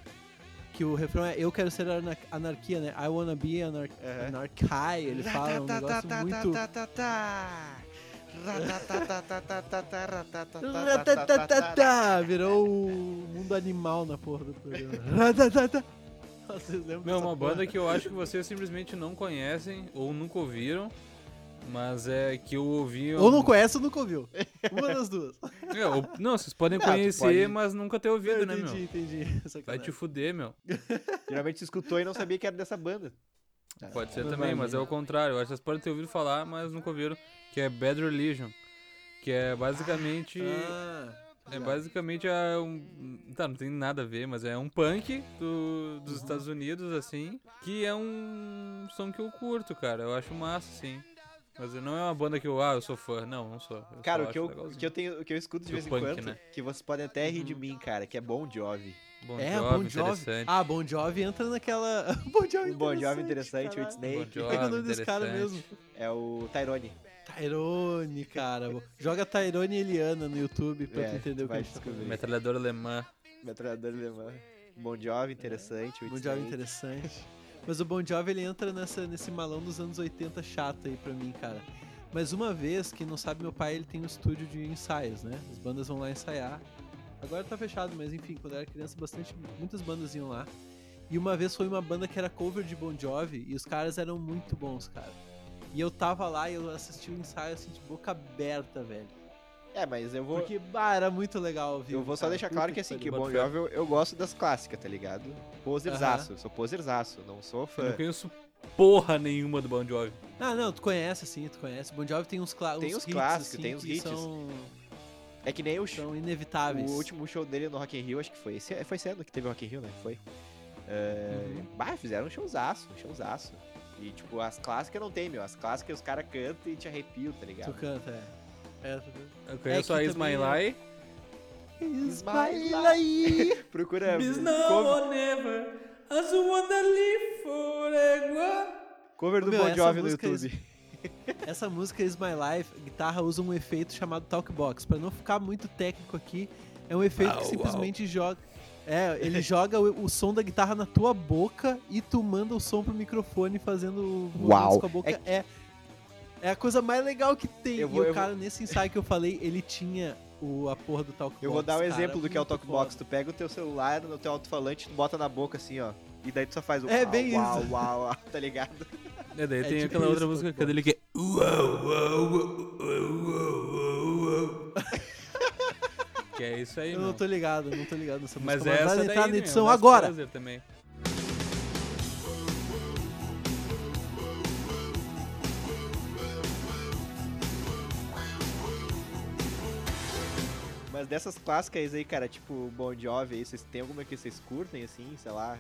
[SPEAKER 1] que o refrão é Eu quero ser anar- anarquia, né? I wanna be anar
[SPEAKER 2] Aham.
[SPEAKER 1] anarchai, ele fala, um negócio muito... Ratatatata, virou o mundo animal na porra do programa. Ratatata. Nossa, vocês lembram
[SPEAKER 3] Meu,
[SPEAKER 1] dessa
[SPEAKER 3] é uma
[SPEAKER 1] porra?
[SPEAKER 3] banda que eu acho que vocês simplesmente não conhecem ou nunca ouviram, mas é que eu ouvi.
[SPEAKER 1] Ou
[SPEAKER 3] um-
[SPEAKER 1] não conhece ou nunca ouviu. Uma das duas.
[SPEAKER 3] É, ou- Não, vocês
[SPEAKER 1] Ah,
[SPEAKER 3] podem
[SPEAKER 2] Não, tu
[SPEAKER 3] conhecer,
[SPEAKER 2] pode-
[SPEAKER 3] mas nunca ter ouvido, né,
[SPEAKER 1] entendi,
[SPEAKER 3] meu?
[SPEAKER 1] entendi.
[SPEAKER 3] Vai
[SPEAKER 1] Sacanagem.
[SPEAKER 3] te fuder, meu.
[SPEAKER 2] Geralmente se escutou e não sabia que era dessa banda.
[SPEAKER 3] Pode ser
[SPEAKER 1] Não
[SPEAKER 3] também,
[SPEAKER 1] vai
[SPEAKER 3] mas é o contrário. Eu acho que vocês podem ter ouvido falar, mas nunca ouviram, que é Bad Religion. Que é basicamente.
[SPEAKER 1] Ah,
[SPEAKER 3] É basicamente a, um. Tá, não tem nada a ver, mas é um punk do- dos Estados Unidos, assim. Que é um som que eu curto, cara. Eu acho massa, sim. Mas não é uma banda que eu. Ah, eu sou fã. Não, não sou. Eu
[SPEAKER 2] Cara,
[SPEAKER 3] só
[SPEAKER 2] o que,
[SPEAKER 3] acho
[SPEAKER 2] eu, o
[SPEAKER 3] legalzinho.
[SPEAKER 2] que eu tenho, o que eu escuto de
[SPEAKER 3] E o
[SPEAKER 2] vez em
[SPEAKER 3] punk,
[SPEAKER 2] quando,
[SPEAKER 3] né?
[SPEAKER 2] que vocês podem até rir de mim, cara, que é Bon Jovi.
[SPEAKER 3] Bon
[SPEAKER 1] é,
[SPEAKER 3] Jovi,
[SPEAKER 1] Bon Jovi.
[SPEAKER 3] interessante.
[SPEAKER 1] Ah, Bon Jovi entra naquela... Bon Jovi
[SPEAKER 2] Um Bon Jovi
[SPEAKER 1] interessante,
[SPEAKER 2] interessante,
[SPEAKER 1] caralho.
[SPEAKER 2] o
[SPEAKER 3] Bon
[SPEAKER 2] Snake.
[SPEAKER 1] Como é que é o nome
[SPEAKER 3] Jovi,
[SPEAKER 1] desse cara
[SPEAKER 3] interessante.
[SPEAKER 1] mesmo?
[SPEAKER 2] É o Tyrone.
[SPEAKER 1] Tyrone, cara. Joga Tyrone e Eliana no YouTube pra
[SPEAKER 2] É,
[SPEAKER 1] tu entender
[SPEAKER 2] tu
[SPEAKER 1] o que a
[SPEAKER 2] vai
[SPEAKER 1] gente tá
[SPEAKER 2] descobrir.
[SPEAKER 1] falando.
[SPEAKER 3] Metralhadora alemã.
[SPEAKER 2] Metralhadora alemã. Bon Jovi, interessante. o
[SPEAKER 1] Bon Jovi
[SPEAKER 2] Snake.
[SPEAKER 1] é interessante. Mas o Bon Jovi ele entra nessa, nesse malão dos anos 80 chato aí pra mim, cara. Mas uma vez, quem não sabe, meu pai ele tem um estúdio de ensaios, né? As bandas vão lá ensaiar. Agora tá fechado, mas enfim, quando eu era criança, bastante, muitas bandas iam lá. E uma vez foi uma banda que era cover de Bon Jovi e os caras eram muito bons, cara. E eu tava lá e eu assisti o ensaio assim de boca aberta, velho.
[SPEAKER 2] É, mas eu vou...
[SPEAKER 1] Porque, bah, era muito legal ouvir.
[SPEAKER 2] Eu vou só
[SPEAKER 1] cara.
[SPEAKER 2] deixar
[SPEAKER 1] Puta
[SPEAKER 2] claro que assim, que
[SPEAKER 1] pariu.
[SPEAKER 2] Bon
[SPEAKER 3] bota fé.
[SPEAKER 2] Jovi eu, eu gosto das clássicas, tá ligado? Poserzaço, eu sou poserzaço, não sou
[SPEAKER 3] Eu não
[SPEAKER 2] fã.
[SPEAKER 3] conheço porra nenhuma do Bon Jovi.
[SPEAKER 1] Ah, não, tu conhece assim, tu conhece. Bon Jovi tem uns, cla-
[SPEAKER 2] Tem
[SPEAKER 1] uns
[SPEAKER 2] os
[SPEAKER 1] hits,
[SPEAKER 2] clássicos,
[SPEAKER 1] assim,
[SPEAKER 2] tem os
[SPEAKER 1] que
[SPEAKER 2] hits.
[SPEAKER 1] São,
[SPEAKER 2] É que nem o, sh-
[SPEAKER 1] são
[SPEAKER 2] o
[SPEAKER 1] inevitáveis.
[SPEAKER 2] último show dele no Rock in Rio, acho que foi esse, é, foi esse ano que teve o Rock in Rio, né? Foi. É, Bah, fizeram um showzaço, um showzaço. E tipo, as clássicas não tem, meu. As clássicas os caras cantam e te arrepiam, tá
[SPEAKER 1] Tu
[SPEAKER 2] ligado?
[SPEAKER 1] canta, é. é tu canta.
[SPEAKER 3] Eu conheço
[SPEAKER 1] que
[SPEAKER 3] a
[SPEAKER 1] também-
[SPEAKER 3] Ismailai.
[SPEAKER 2] Smile aí! Procura cover,
[SPEAKER 3] never, as one that live forever.
[SPEAKER 2] cover do
[SPEAKER 1] Meu,
[SPEAKER 2] Bon
[SPEAKER 1] essa
[SPEAKER 2] Jovi no
[SPEAKER 1] música é
[SPEAKER 2] YouTube.
[SPEAKER 1] Essa música Is My Life, guitarra usa um efeito chamado talk box. Pra não ficar muito técnico aqui, é um efeito
[SPEAKER 3] Au,
[SPEAKER 1] que simplesmente joga. É, ele joga o, o som da guitarra na tua boca e tu manda o som pro microfone fazendo movimentos
[SPEAKER 2] Uau.
[SPEAKER 1] com a boca. É, é, a coisa mais legal que tem.
[SPEAKER 2] Eu vou-
[SPEAKER 1] e
[SPEAKER 2] eu
[SPEAKER 1] o cara, nesse ensaio que eu falei, ele tinha o, a porra do talk box.
[SPEAKER 2] Eu vou dar um
[SPEAKER 1] cara,
[SPEAKER 2] exemplo do que é o
[SPEAKER 1] muito
[SPEAKER 2] talk
[SPEAKER 1] foda.
[SPEAKER 2] box. Tu pega o teu celular no teu alto-falante, tu bota na boca assim, ó. E daí tu só faz o
[SPEAKER 1] É,
[SPEAKER 2] uau,
[SPEAKER 1] bem
[SPEAKER 2] uau,
[SPEAKER 1] isso.
[SPEAKER 2] uau, uau, tá ligado?
[SPEAKER 3] É, daí
[SPEAKER 1] É
[SPEAKER 3] tem
[SPEAKER 1] tipo
[SPEAKER 3] aquela outra
[SPEAKER 1] isso,
[SPEAKER 3] música
[SPEAKER 1] pô.
[SPEAKER 3] que é dele que é. Uou, uou, uou, uou, uou, uou. que é isso aí,
[SPEAKER 1] Eu não
[SPEAKER 3] mano.
[SPEAKER 1] tô ligado, eu não tô ligado nessa
[SPEAKER 3] Mas
[SPEAKER 1] música.
[SPEAKER 3] é essa
[SPEAKER 1] vai
[SPEAKER 3] daí,
[SPEAKER 1] entrar na
[SPEAKER 3] né,
[SPEAKER 1] edição
[SPEAKER 3] o Nas
[SPEAKER 1] então, agora.
[SPEAKER 3] Closer Também.
[SPEAKER 2] Mas dessas clássicas aí, cara, tipo Bon Jovi aí, vocês têm alguma que vocês curtem, assim, sei lá?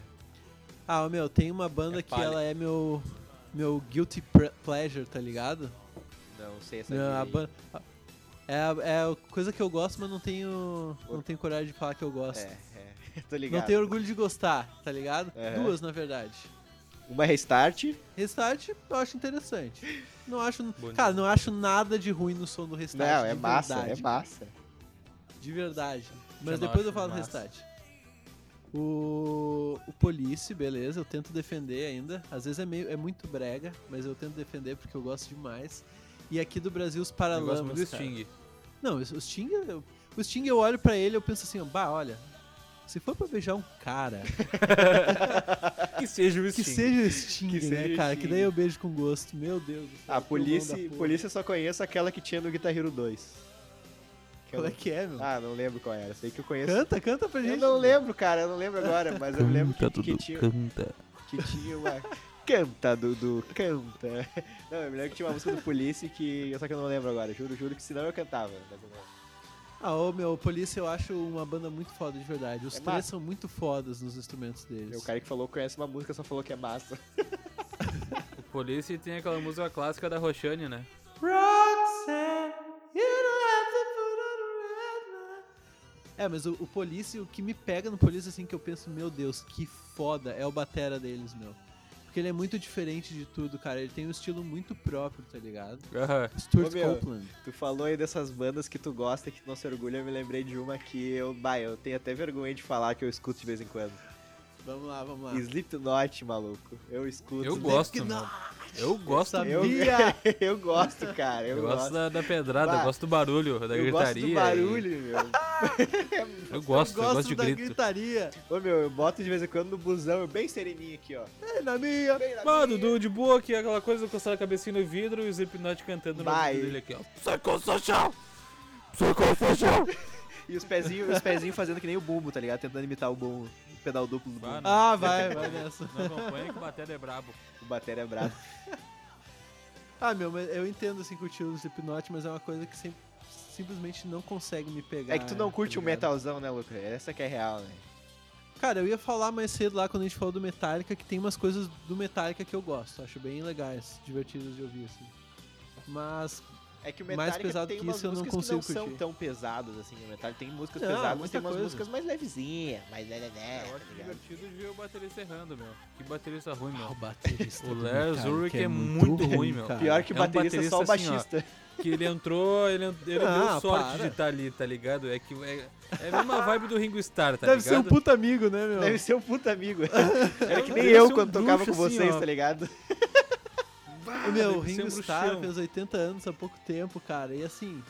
[SPEAKER 1] Ah, meu, tem uma banda
[SPEAKER 3] É
[SPEAKER 1] que
[SPEAKER 3] palha.
[SPEAKER 1] ela é meu meu guilty pre- pleasure, tá ligado?
[SPEAKER 2] Não sei essa
[SPEAKER 1] Não, a
[SPEAKER 2] aí.
[SPEAKER 1] ban- a- é, a- é a coisa que eu gosto, mas não tenho não tenho coragem de falar que eu gosto.
[SPEAKER 2] É, é. Tô ligado. É.
[SPEAKER 1] não tenho orgulho de gostar, tá ligado?
[SPEAKER 2] Aham.
[SPEAKER 1] Duas, na verdade.
[SPEAKER 2] Uma restart.
[SPEAKER 1] Restart eu acho interessante. Não acho,
[SPEAKER 3] Bonito.
[SPEAKER 1] cara, não acho nada de ruim no som do Restart.
[SPEAKER 2] não, é
[SPEAKER 1] de
[SPEAKER 2] massa,
[SPEAKER 1] verdade,
[SPEAKER 2] é massa.
[SPEAKER 1] De verdade. Mas
[SPEAKER 3] não
[SPEAKER 1] depois
[SPEAKER 3] acho
[SPEAKER 1] eu falo do
[SPEAKER 3] massa.
[SPEAKER 1] restart. O, o Police, beleza, eu tento defender ainda. Às vezes é, meio, é muito brega, mas eu tento defender porque eu gosto demais. E aqui do Brasil, os
[SPEAKER 3] Eu gosto muito do
[SPEAKER 1] Paralamas, cara.
[SPEAKER 3] Sting.
[SPEAKER 1] Não, os- os Sting, eu, o Sting eu olho pra ele e eu penso assim, ó, bah, olha, se for pra beijar um cara,
[SPEAKER 3] Que seja o
[SPEAKER 1] que
[SPEAKER 3] Sting.
[SPEAKER 1] seja o Sting,
[SPEAKER 2] Que seja
[SPEAKER 1] né,
[SPEAKER 2] o
[SPEAKER 1] cara? Que
[SPEAKER 2] Sting.
[SPEAKER 1] daí eu beijo com gosto, meu Deus do céu.
[SPEAKER 2] A
[SPEAKER 1] que
[SPEAKER 2] polícia,
[SPEAKER 1] mão da porra.
[SPEAKER 2] polícia eu só conheço aquela que tinha no Guitar Hero 2. Que eu
[SPEAKER 1] Qual é
[SPEAKER 2] não-
[SPEAKER 1] que é, meu?
[SPEAKER 2] Ah, não lembro qual era. Sei que eu conheço.
[SPEAKER 1] canta, canta pra gente.
[SPEAKER 2] Eu não
[SPEAKER 1] meu.
[SPEAKER 2] lembro, cara, eu não lembro agora, mas eu lembro que, que tinha,
[SPEAKER 3] canta.
[SPEAKER 2] que tinha uma. Canta, Dudu, canta. Não, eu me lembro que tinha uma música do Police que. Só que eu não lembro agora, juro, juro que senão eu cantava. mas eu não-
[SPEAKER 1] Ah, ô meu, o Police eu acho uma banda muito foda de verdade. Os
[SPEAKER 2] É
[SPEAKER 1] três
[SPEAKER 2] massa.
[SPEAKER 1] são muito fodas nos instrumentos deles.
[SPEAKER 2] O cara que falou que conhece uma música só falou que é massa.
[SPEAKER 3] O Police tem aquela música clássica da Roxane, né?
[SPEAKER 1] Roxanne, you don't have to put on a red light. É, mas o, o Police, o que me pega no Police, assim, que eu penso, meu Deus, que foda, é o batera deles, meu. Porque ele é muito diferente de tudo, cara. Ele tem um estilo muito próprio, tá ligado?
[SPEAKER 3] Aham.
[SPEAKER 1] Stuart
[SPEAKER 2] Ô, meu.
[SPEAKER 1] Copeland.
[SPEAKER 2] Tu falou aí dessas bandas que tu gosta, que tu não se orgulha, eu me lembrei de uma que eu, bah, eu tenho até vergonha de falar que eu escuto de vez em quando.
[SPEAKER 1] Vamos lá, vamos lá.
[SPEAKER 2] Slipknot, maluco. Eu escuto.
[SPEAKER 3] Eu
[SPEAKER 2] Slip-
[SPEAKER 3] gosto, mano. Eu gosto.
[SPEAKER 1] Essa-
[SPEAKER 3] Eu,
[SPEAKER 2] Eu,
[SPEAKER 1] Sabia!
[SPEAKER 2] eu gosto, cara. Eu,
[SPEAKER 3] gosto da, da pedrada,
[SPEAKER 2] Bah,
[SPEAKER 3] eu gosto do barulho, da
[SPEAKER 2] eu gosto
[SPEAKER 3] gritaria.
[SPEAKER 2] do
[SPEAKER 3] e-
[SPEAKER 2] barulho, meu.
[SPEAKER 3] Eu gosto, eu gosto um de
[SPEAKER 1] da
[SPEAKER 3] grito.
[SPEAKER 1] gritaria.
[SPEAKER 2] Ô, meu, eu boto de vez em quando no busão, eu bem sereninho aqui, ó.
[SPEAKER 1] É na minha.
[SPEAKER 2] Bem na
[SPEAKER 3] Mano,
[SPEAKER 2] minha.
[SPEAKER 3] do, de boa que é aquela coisa encostar a cabecinha no vidro e o Slipknot cantando no
[SPEAKER 2] Vai.
[SPEAKER 3] ouvido dele aqui, ó. Psycho Social! Psycho Social!
[SPEAKER 2] E os pezinhos, os pezinhos fazendo que nem o bumbo, tá ligado? Tentando imitar o bumbo, o pedal duplo do
[SPEAKER 3] Bah,
[SPEAKER 2] bumbo.
[SPEAKER 1] Ah, vai, vai nessa.
[SPEAKER 3] Não acompanha que o batera é brabo.
[SPEAKER 2] O bater é brabo.
[SPEAKER 1] Ah, meu, mas eu entendo assim curtir o Slipknot, mas é uma coisa que sem- simplesmente não consegue me pegar.
[SPEAKER 2] É que tu não curte
[SPEAKER 1] tá
[SPEAKER 2] o
[SPEAKER 1] ligado?
[SPEAKER 2] metalzão, né, Lucas? Essa que é real, né?
[SPEAKER 1] Cara, eu ia falar mais cedo lá quando a gente falou do Metallica que tem umas coisas do Metallica que eu gosto. Acho bem legais, divertidas de ouvir, assim. Mas.
[SPEAKER 2] É que o
[SPEAKER 1] Mais
[SPEAKER 2] Metallica
[SPEAKER 1] pesado
[SPEAKER 2] tem
[SPEAKER 1] que
[SPEAKER 2] umas
[SPEAKER 1] isso, eu não
[SPEAKER 2] músicas que
[SPEAKER 1] consigo
[SPEAKER 2] não são
[SPEAKER 1] curtir.
[SPEAKER 2] tão pesadas assim no Metallica. Tem músicas
[SPEAKER 1] Não,
[SPEAKER 2] pesadas, mas
[SPEAKER 1] muita
[SPEAKER 2] tem umas
[SPEAKER 1] coisa.
[SPEAKER 2] músicas mais levezinhas, mais né, né, né,
[SPEAKER 3] É, Eu
[SPEAKER 2] tá
[SPEAKER 3] acho
[SPEAKER 2] ligado?
[SPEAKER 3] divertido de ver o baterista errando, meu. Que baterista ruim,
[SPEAKER 1] Ah,
[SPEAKER 3] meu.
[SPEAKER 1] o baterista.
[SPEAKER 3] O
[SPEAKER 1] do
[SPEAKER 3] Lars
[SPEAKER 1] Metallica
[SPEAKER 3] Ulrich é muito ruim, meu.
[SPEAKER 1] cara.
[SPEAKER 2] Pior que
[SPEAKER 3] É um
[SPEAKER 2] baterista é só o
[SPEAKER 3] baterista assim,
[SPEAKER 2] baixista.
[SPEAKER 3] Que ele entrou, ele, ent- ele
[SPEAKER 1] Ah,
[SPEAKER 3] deu sorte
[SPEAKER 1] para.
[SPEAKER 3] de estar ali, tá ligado? É que é, é a mesma vibe do Ringo Starr, tá
[SPEAKER 1] Deve ser um
[SPEAKER 3] ligado?
[SPEAKER 1] puta amigo, né, meu?
[SPEAKER 2] Deve ser um puta amigo. Era É que nem
[SPEAKER 3] Deve
[SPEAKER 2] eu
[SPEAKER 3] ser um
[SPEAKER 2] quando tocava
[SPEAKER 3] bruxo,
[SPEAKER 2] com vocês,
[SPEAKER 3] assim, ó.
[SPEAKER 2] tá ligado?
[SPEAKER 1] O meu, o
[SPEAKER 3] deve ser
[SPEAKER 1] Ringo
[SPEAKER 3] um
[SPEAKER 1] Starr
[SPEAKER 3] bruxão.
[SPEAKER 1] fez 80 anos há pouco tempo, cara. E assim.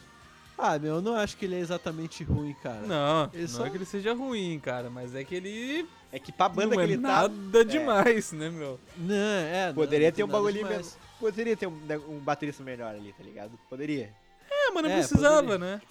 [SPEAKER 1] Ah, meu, eu não acho que ele é exatamente ruim, cara.
[SPEAKER 3] Não,
[SPEAKER 1] Ele
[SPEAKER 3] não
[SPEAKER 1] só-
[SPEAKER 3] é que ele seja ruim, cara, mas é que ele
[SPEAKER 2] É que pra banda
[SPEAKER 3] não
[SPEAKER 2] que
[SPEAKER 3] é
[SPEAKER 2] ele tá,
[SPEAKER 3] nada demais, né, meu?
[SPEAKER 1] Não, é. não,
[SPEAKER 2] poderia
[SPEAKER 1] não
[SPEAKER 2] ter
[SPEAKER 1] tem
[SPEAKER 2] um
[SPEAKER 1] nada
[SPEAKER 2] bagulhinho
[SPEAKER 1] demais.
[SPEAKER 2] mesmo. Poderia ter um, né, um baterista melhor ali, tá ligado? Poderia.
[SPEAKER 3] É, mas não
[SPEAKER 1] É,
[SPEAKER 3] precisava,
[SPEAKER 1] poderia.
[SPEAKER 3] né?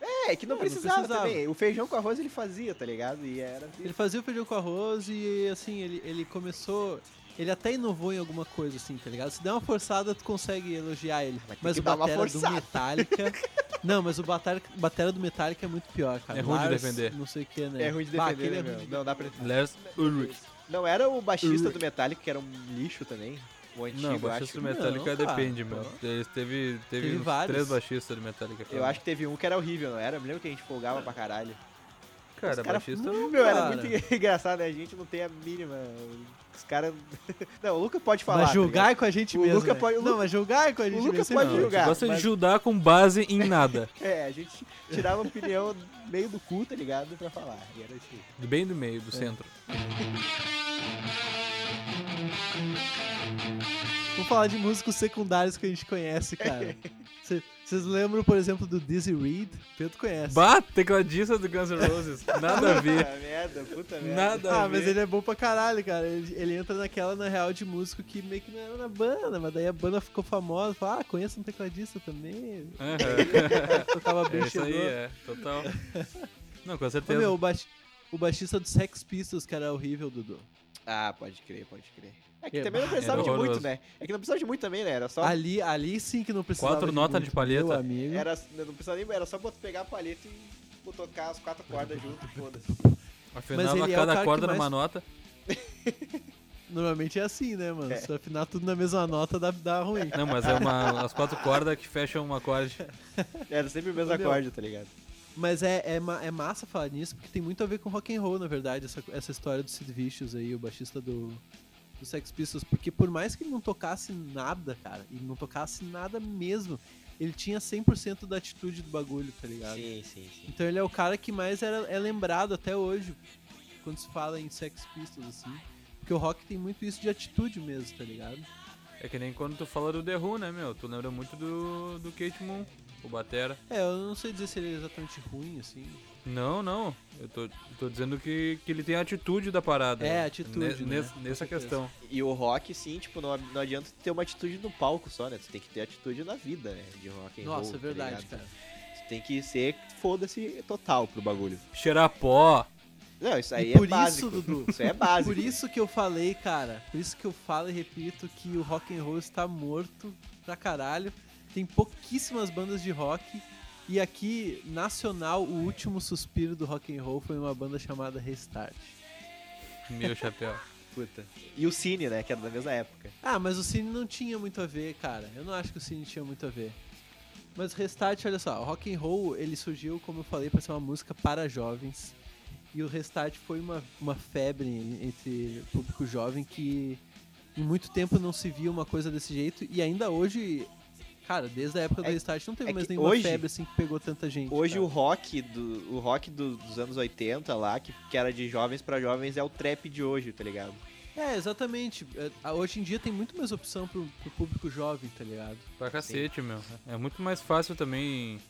[SPEAKER 2] É, é que
[SPEAKER 1] É,
[SPEAKER 2] não,
[SPEAKER 1] não
[SPEAKER 2] precisava
[SPEAKER 1] precisava.
[SPEAKER 2] também. O feijão com arroz ele fazia, tá ligado? E era.
[SPEAKER 1] Ele fazia o feijão com arroz e, assim, ele, ele começou. Ele até inovou em alguma coisa, assim, tá ligado? Se der uma forçada, tu consegue elogiar ele.
[SPEAKER 2] Mas tem
[SPEAKER 1] Mas
[SPEAKER 2] que
[SPEAKER 1] o
[SPEAKER 2] dar uma
[SPEAKER 1] batera do
[SPEAKER 2] forçada.
[SPEAKER 1] Metallica. Não, mas o batera, batera do Metallica é muito pior, cara.
[SPEAKER 3] É ruim de
[SPEAKER 1] Lars,
[SPEAKER 3] defender.
[SPEAKER 1] Não sei o que, né?
[SPEAKER 2] É ruim de
[SPEAKER 1] Bah,
[SPEAKER 2] defender,
[SPEAKER 1] aquele
[SPEAKER 2] né,
[SPEAKER 1] é
[SPEAKER 2] meu?
[SPEAKER 1] ruim de-
[SPEAKER 2] Não, dá pra.
[SPEAKER 3] Lars Ulrich.
[SPEAKER 2] Não era o baixista do Metallica, que era um lixo também? O antigo,
[SPEAKER 3] Não,
[SPEAKER 2] eu acho.
[SPEAKER 3] baixista do Metallica
[SPEAKER 1] Não, cara,
[SPEAKER 3] depende,
[SPEAKER 1] pô.
[SPEAKER 3] meu. Eles teve, teve,
[SPEAKER 1] Teve
[SPEAKER 3] uns
[SPEAKER 1] vários.
[SPEAKER 3] três baixistas do Metallica.
[SPEAKER 2] Eu acho que teve um que era horrível, não era? Eu me lembro que a gente folgava pra caralho.
[SPEAKER 3] que cara,
[SPEAKER 2] Os cara-
[SPEAKER 3] baixista é
[SPEAKER 2] Hum, meu, era
[SPEAKER 1] cara.
[SPEAKER 2] muito engraçado, né? A gente não tem a mínima. Os caras. Não, o Luca pode falar.
[SPEAKER 1] mas
[SPEAKER 2] tá
[SPEAKER 1] julgar
[SPEAKER 2] ligado?
[SPEAKER 1] é com a gente
[SPEAKER 2] O
[SPEAKER 1] mesmo.
[SPEAKER 2] Luca
[SPEAKER 1] né?
[SPEAKER 2] pode- o
[SPEAKER 1] Não,
[SPEAKER 2] Luca-
[SPEAKER 1] mas julgar é com a gente
[SPEAKER 2] Luca
[SPEAKER 1] mesmo.
[SPEAKER 2] pode
[SPEAKER 1] sempre.
[SPEAKER 3] não,
[SPEAKER 2] julgar,
[SPEAKER 3] gosta
[SPEAKER 2] mas-
[SPEAKER 3] de julgar Tipo assim, com base em nada.
[SPEAKER 2] É, a gente tirava a opinião meio do cu, tá ligado? Pra falar. E era isso aí.
[SPEAKER 3] Do bem do meio, do centro.
[SPEAKER 1] Vamos falar de músicos secundários que a gente conhece, cara. Cê- Vocês lembram, por exemplo, do Dizzy Reed? Pedro conhece.
[SPEAKER 3] Bah, tecladista do Guns N' Roses. Nada a ver.
[SPEAKER 2] Puta merda, puta merda.
[SPEAKER 3] Nada a ver.
[SPEAKER 1] Ah, mas ele é bom pra caralho, cara. Ele, ele entra naquela, na real, de músico que meio que não era na banda, mas daí a banda ficou famosa. Fala, ah, conheço um tecladista também.
[SPEAKER 3] Aham.
[SPEAKER 1] Tocava bem
[SPEAKER 3] é isso aí,
[SPEAKER 1] chegou.
[SPEAKER 3] é. Total. Não, com
[SPEAKER 1] Ô,
[SPEAKER 3] certeza.
[SPEAKER 1] meu, o, baix- o baixista do Sex Pistols, cara, é horrível, Dudu.
[SPEAKER 2] Ah, pode crer, pode crer. É que
[SPEAKER 1] É,
[SPEAKER 2] também não precisava
[SPEAKER 3] era
[SPEAKER 2] de muito,
[SPEAKER 3] horroroso.
[SPEAKER 2] né? É que não precisava de muito também, né? Era só.
[SPEAKER 1] Ali, ali sim que não precisava
[SPEAKER 3] Quatro
[SPEAKER 1] de
[SPEAKER 3] notas
[SPEAKER 1] muito,
[SPEAKER 3] de palheta.
[SPEAKER 1] Meu amigo.
[SPEAKER 2] Era, não precisava nem. Era só botar- pegar a palheta e tocar as quatro cordas junto, foda-se.
[SPEAKER 1] mas
[SPEAKER 3] Afinava
[SPEAKER 1] ele é o
[SPEAKER 3] cada
[SPEAKER 1] cara que
[SPEAKER 3] corda
[SPEAKER 1] mais-
[SPEAKER 3] numa nota.
[SPEAKER 1] Normalmente é assim, né, mano?
[SPEAKER 2] É.
[SPEAKER 1] Se tu afinar tudo na mesma nota, dá, dá ruim.
[SPEAKER 3] Não, mas é uma, as quatro cordas que fecham um acorde.
[SPEAKER 2] Era sempre o mesmo
[SPEAKER 1] Entendeu?
[SPEAKER 2] acorde, tá ligado?
[SPEAKER 1] Mas é, é, ma- é massa falar nisso, porque tem muito a ver com rock and roll, na verdade, essa, essa história do Sid Vicious aí, o baixista do, do Sex Pistols, porque por mais que ele não tocasse nada, cara, e não tocasse nada mesmo, ele tinha 100% da atitude do bagulho, tá ligado?
[SPEAKER 2] Sim, sim, sim.
[SPEAKER 1] Então ele é o cara que mais era, é lembrado até hoje, quando se fala em Sex Pistols, assim, porque o rock tem muito isso de atitude mesmo, tá ligado?
[SPEAKER 3] É que nem quando tu fala do The Who, né, meu? Tu lembra muito do, do Kate Moon, o Batera.
[SPEAKER 1] É, eu não sei dizer se ele é exatamente ruim, assim.
[SPEAKER 3] Não, não. Eu tô, tô dizendo que, que ele tem a atitude da parada.
[SPEAKER 1] É, a atitude, né?
[SPEAKER 3] nes-
[SPEAKER 1] Com
[SPEAKER 3] Nessa
[SPEAKER 1] certeza.
[SPEAKER 3] questão.
[SPEAKER 2] E o rock, sim, tipo, não, não adianta ter uma atitude no palco só, né? Tu tem que ter atitude na vida, né? De rock and roll.
[SPEAKER 1] Nossa, é
[SPEAKER 2] tá
[SPEAKER 1] verdade,
[SPEAKER 2] ligado?
[SPEAKER 1] cara.
[SPEAKER 2] Tu tem que ser foda-se total pro bagulho.
[SPEAKER 3] Cheirar pó.
[SPEAKER 2] Não, isso
[SPEAKER 1] E
[SPEAKER 2] aí
[SPEAKER 1] por
[SPEAKER 2] é
[SPEAKER 1] isso,
[SPEAKER 2] básico.
[SPEAKER 1] Dudu,
[SPEAKER 2] Isso aí é básico.
[SPEAKER 1] Por isso que eu falei, cara, por isso que eu falo e repito que o rock and roll está morto pra caralho. Tem pouquíssimas bandas de rock e aqui nacional o último suspiro do rock and roll foi uma banda chamada Restart.
[SPEAKER 3] Meu chapéu.
[SPEAKER 2] Puta. E o Cine, né? Que era da mesma época.
[SPEAKER 1] Ah, mas o Cine não tinha muito a ver, cara. Eu não acho que o Cine tinha muito a ver. Mas o Restart, olha só, o rock and roll ele surgiu, como eu falei, para ser uma música para jovens. E o Restart foi uma, uma febre entre o público jovem que Em muito tempo não se via uma coisa desse jeito e ainda hoje, cara, desde a época
[SPEAKER 2] É
[SPEAKER 1] do
[SPEAKER 2] que-
[SPEAKER 1] Restart não teve
[SPEAKER 2] é
[SPEAKER 1] mais
[SPEAKER 2] que
[SPEAKER 1] nenhuma
[SPEAKER 2] hoje-
[SPEAKER 1] febre assim que pegou tanta gente.
[SPEAKER 2] Hoje
[SPEAKER 1] cara.
[SPEAKER 2] o rock, do, o rock do- dos anos 80 lá, que, que era de jovens pra jovens, é o trap de hoje, tá ligado?
[SPEAKER 1] É, exatamente. É, a- Hoje em dia tem muito mais opção pro, pro público jovem, tá ligado?
[SPEAKER 3] Pra cacete, meu. É muito mais fácil também.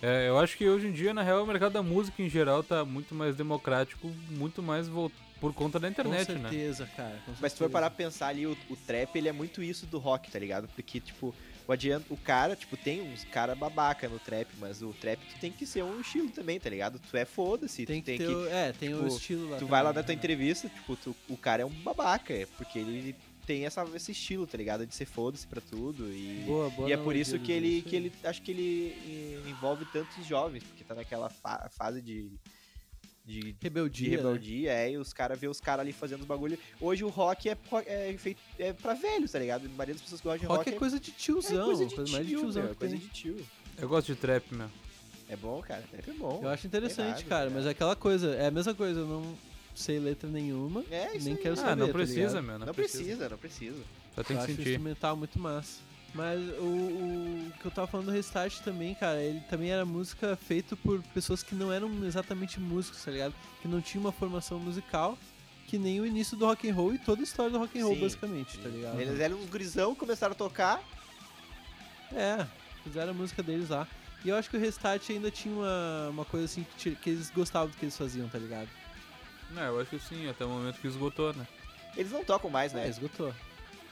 [SPEAKER 3] É, eu acho que hoje em dia, na real, o mercado da música em geral tá muito mais democrático, muito mais vol- por conta da internet,
[SPEAKER 1] com
[SPEAKER 3] né?
[SPEAKER 1] certeza, cara. com
[SPEAKER 2] Mas se tu
[SPEAKER 1] certeza.
[SPEAKER 2] for parar pra pensar ali, o, o trap, ele é muito isso do rock, tá ligado? Porque, tipo, o, adianta, o cara, tipo, tem uns cara babaca no trap, mas o trap tu tem que ser um estilo também, tá ligado? Tu é foda-se, tu
[SPEAKER 1] Tem
[SPEAKER 2] tem
[SPEAKER 1] que, ter
[SPEAKER 2] que...
[SPEAKER 1] o- é, tem o
[SPEAKER 2] tipo,
[SPEAKER 1] estilo lá.
[SPEAKER 2] Tu vai lá
[SPEAKER 1] também,
[SPEAKER 2] na tua
[SPEAKER 1] né?
[SPEAKER 2] entrevista, tipo, tu- o cara é um babaca, é porque ele tem essa, esse estilo, tá ligado? De ser foda-se pra tudo e...
[SPEAKER 1] Boa, boa
[SPEAKER 2] e é por
[SPEAKER 1] analogia,
[SPEAKER 2] isso
[SPEAKER 1] Dudu,
[SPEAKER 2] que ele,
[SPEAKER 1] isso
[SPEAKER 2] que
[SPEAKER 1] aí.
[SPEAKER 2] ele acho que ele eh, envolve tantos jovens, porque tá naquela fa- fase de, de, de
[SPEAKER 1] Rebeldia. né?
[SPEAKER 2] rebeldia, é, e os caras vê os caras ali fazendo os bagulho. Hoje o rock é, pro- é feito é pra velhos, tá ligado? A maioria das pessoas que gostam de rock,
[SPEAKER 1] Rock é coisa de tiozão, coisa mais de tiozão
[SPEAKER 2] meu, é
[SPEAKER 1] que
[SPEAKER 2] coisa
[SPEAKER 1] tem.
[SPEAKER 2] de tio.
[SPEAKER 3] Eu gosto de trap, meu.
[SPEAKER 2] É bom, cara, trap é bom.
[SPEAKER 1] Eu acho interessante,
[SPEAKER 2] Irado,
[SPEAKER 1] cara,
[SPEAKER 2] irado.
[SPEAKER 1] mas é aquela coisa, é a mesma coisa, eu não sei letra nenhuma,
[SPEAKER 2] É isso
[SPEAKER 1] nem
[SPEAKER 2] aí.
[SPEAKER 1] quero
[SPEAKER 3] Ah,
[SPEAKER 1] saber.
[SPEAKER 3] não
[SPEAKER 1] tá
[SPEAKER 3] precisa,
[SPEAKER 1] ligado?
[SPEAKER 3] meu. Não,
[SPEAKER 2] Não
[SPEAKER 3] precisa.
[SPEAKER 2] precisa, não precisa.
[SPEAKER 3] Só tem
[SPEAKER 1] eu acho
[SPEAKER 3] que
[SPEAKER 1] o
[SPEAKER 3] sentir.
[SPEAKER 1] instrumental muito massa. Mas o, o que eu tava falando do Restart também, cara, ele também era música feita por pessoas que não eram exatamente músicos, tá ligado? Que não tinham uma formação musical, que nem o início do rock and roll e toda a história do rock and roll,
[SPEAKER 2] Sim.
[SPEAKER 1] basicamente, tá ligado?
[SPEAKER 2] Eles eram uns gurizão, começaram a tocar.
[SPEAKER 1] É, fizeram a música deles lá. E eu acho que o Restart ainda tinha uma, uma coisa assim que, ti- que eles gostavam do que eles faziam, tá ligado?
[SPEAKER 3] Não, eu acho que sim, até o momento que esgotou, né?
[SPEAKER 2] Eles não tocam mais,
[SPEAKER 1] É,
[SPEAKER 2] né?
[SPEAKER 1] esgotou.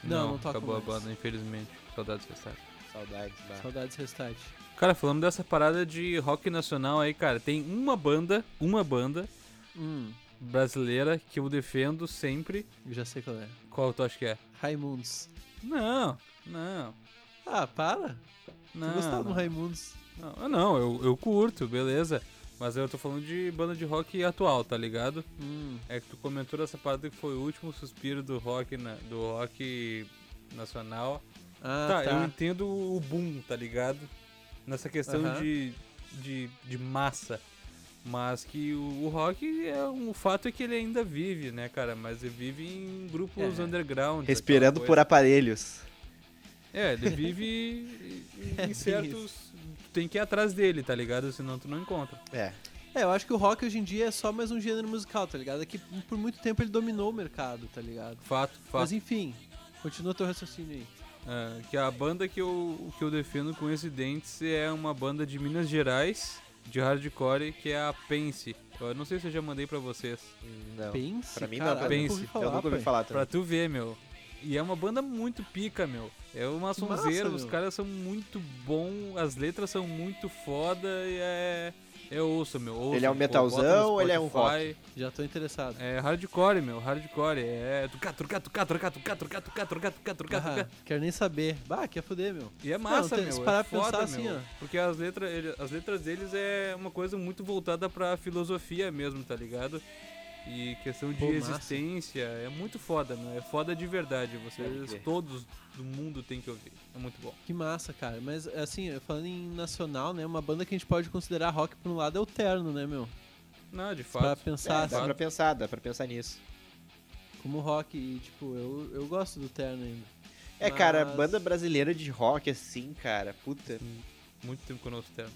[SPEAKER 1] Não, não toca
[SPEAKER 3] Acabou a
[SPEAKER 1] mais.
[SPEAKER 3] banda, infelizmente. Saudades festivais.
[SPEAKER 2] Saudades, bah.
[SPEAKER 1] Saudades Restart.
[SPEAKER 3] Cara, falando dessa parada de rock nacional aí, cara, tem uma banda, uma banda
[SPEAKER 1] Hum,
[SPEAKER 3] brasileira que eu defendo sempre.
[SPEAKER 1] eu já sei qual é.
[SPEAKER 3] Qual tu acha que é?
[SPEAKER 1] Raimundos.
[SPEAKER 3] Não, não,
[SPEAKER 1] Ah, para!
[SPEAKER 3] não.
[SPEAKER 1] tu gostava
[SPEAKER 3] não.
[SPEAKER 1] do Raimundos?
[SPEAKER 3] Não, eu não, eu, eu curto, beleza. Mas eu tô falando de banda de rock atual, tá ligado?
[SPEAKER 1] Hum,
[SPEAKER 3] É que tu comentou essa parada que foi o último suspiro do rock, na- do rock nacional.
[SPEAKER 1] Ah,
[SPEAKER 3] tá,
[SPEAKER 1] tá.
[SPEAKER 3] eu entendo o boom, tá ligado? Nessa questão
[SPEAKER 1] Aham.
[SPEAKER 3] de, de, de massa. Mas que o, o rock é um o fato é que ele ainda vive, né, cara? Mas ele vive em grupos
[SPEAKER 1] É.
[SPEAKER 3] underground. aquela
[SPEAKER 2] Respirando
[SPEAKER 3] coisa.
[SPEAKER 2] por aparelhos.
[SPEAKER 3] É, ele vive em- em
[SPEAKER 1] bem
[SPEAKER 3] certos. Tu tem que ir atrás dele, tá ligado? Senão tu não encontra.
[SPEAKER 2] É.
[SPEAKER 1] É, eu acho que o rock hoje em dia é só mais um gênero musical, tá ligado? É que por muito tempo ele dominou o mercado, tá ligado?
[SPEAKER 3] Fato,
[SPEAKER 1] Mas
[SPEAKER 3] fato.
[SPEAKER 1] enfim, continua teu raciocínio aí.
[SPEAKER 3] É, que a banda que eu, que eu defendo com esse dentes é uma banda de Minas Gerais, de hardcore, que é a Pense. Eu não sei se eu já mandei pra vocês.
[SPEAKER 2] Não.
[SPEAKER 1] Pense,
[SPEAKER 2] Pra mim
[SPEAKER 1] caralho,
[SPEAKER 2] não, pra
[SPEAKER 1] eu
[SPEAKER 2] mim.
[SPEAKER 1] nunca
[SPEAKER 3] Pense.
[SPEAKER 1] ouvi
[SPEAKER 2] eu nunca ouvi
[SPEAKER 1] pai.
[SPEAKER 2] falar
[SPEAKER 3] Pra
[SPEAKER 2] também.
[SPEAKER 3] tu ver, meu. E é uma banda muito pica, meu. É uma
[SPEAKER 1] Que massa,
[SPEAKER 3] sonzeira, os
[SPEAKER 1] meu.
[SPEAKER 3] caras são muito bom, as letras são muito foda e é. É osso, meu. ouçam,
[SPEAKER 2] Ele é um
[SPEAKER 3] pô,
[SPEAKER 2] metalzão
[SPEAKER 3] bota no
[SPEAKER 2] ou ele é um
[SPEAKER 3] Spotify.
[SPEAKER 1] Já tô interessado.
[SPEAKER 3] É hardcore, meu, hardcore. É tuca, tuca, tuca, tuca, tuca, tuca, tuca, tuca, tuca, tuca,
[SPEAKER 1] Ah,
[SPEAKER 3] tuca.
[SPEAKER 1] quero nem saber. Bah, quer foder, meu.
[SPEAKER 3] E é massa,
[SPEAKER 1] tem-
[SPEAKER 3] meu.
[SPEAKER 1] se
[SPEAKER 3] é
[SPEAKER 1] parar pra
[SPEAKER 3] foda,
[SPEAKER 1] pensar
[SPEAKER 3] meu.
[SPEAKER 1] assim,
[SPEAKER 3] Porque as letras, ele- as letras deles é uma coisa muito voltada pra filosofia mesmo, tá ligado? E questão de
[SPEAKER 1] Pô, massa.
[SPEAKER 3] existência. É muito foda, meu. É foda de verdade.
[SPEAKER 2] Pode
[SPEAKER 3] Vocês,
[SPEAKER 2] crer.
[SPEAKER 3] todos do mundo, tem que ouvir. É muito bom.
[SPEAKER 1] Que massa, cara. Mas assim, falando em nacional, né? Uma banda que a gente pode considerar rock por um lado é o Terno, né, meu?
[SPEAKER 3] Não, de
[SPEAKER 1] Pra
[SPEAKER 3] fato.
[SPEAKER 1] pensar
[SPEAKER 2] É, dá
[SPEAKER 1] assim,
[SPEAKER 2] pra pensar, dá pra pensar nisso.
[SPEAKER 1] como rock e tipo, eu, eu gosto do Terno ainda.
[SPEAKER 2] É, cara,
[SPEAKER 1] Mas-
[SPEAKER 2] banda brasileira de rock assim, cara, puta.
[SPEAKER 3] Muito tempo que eu não ouço termo.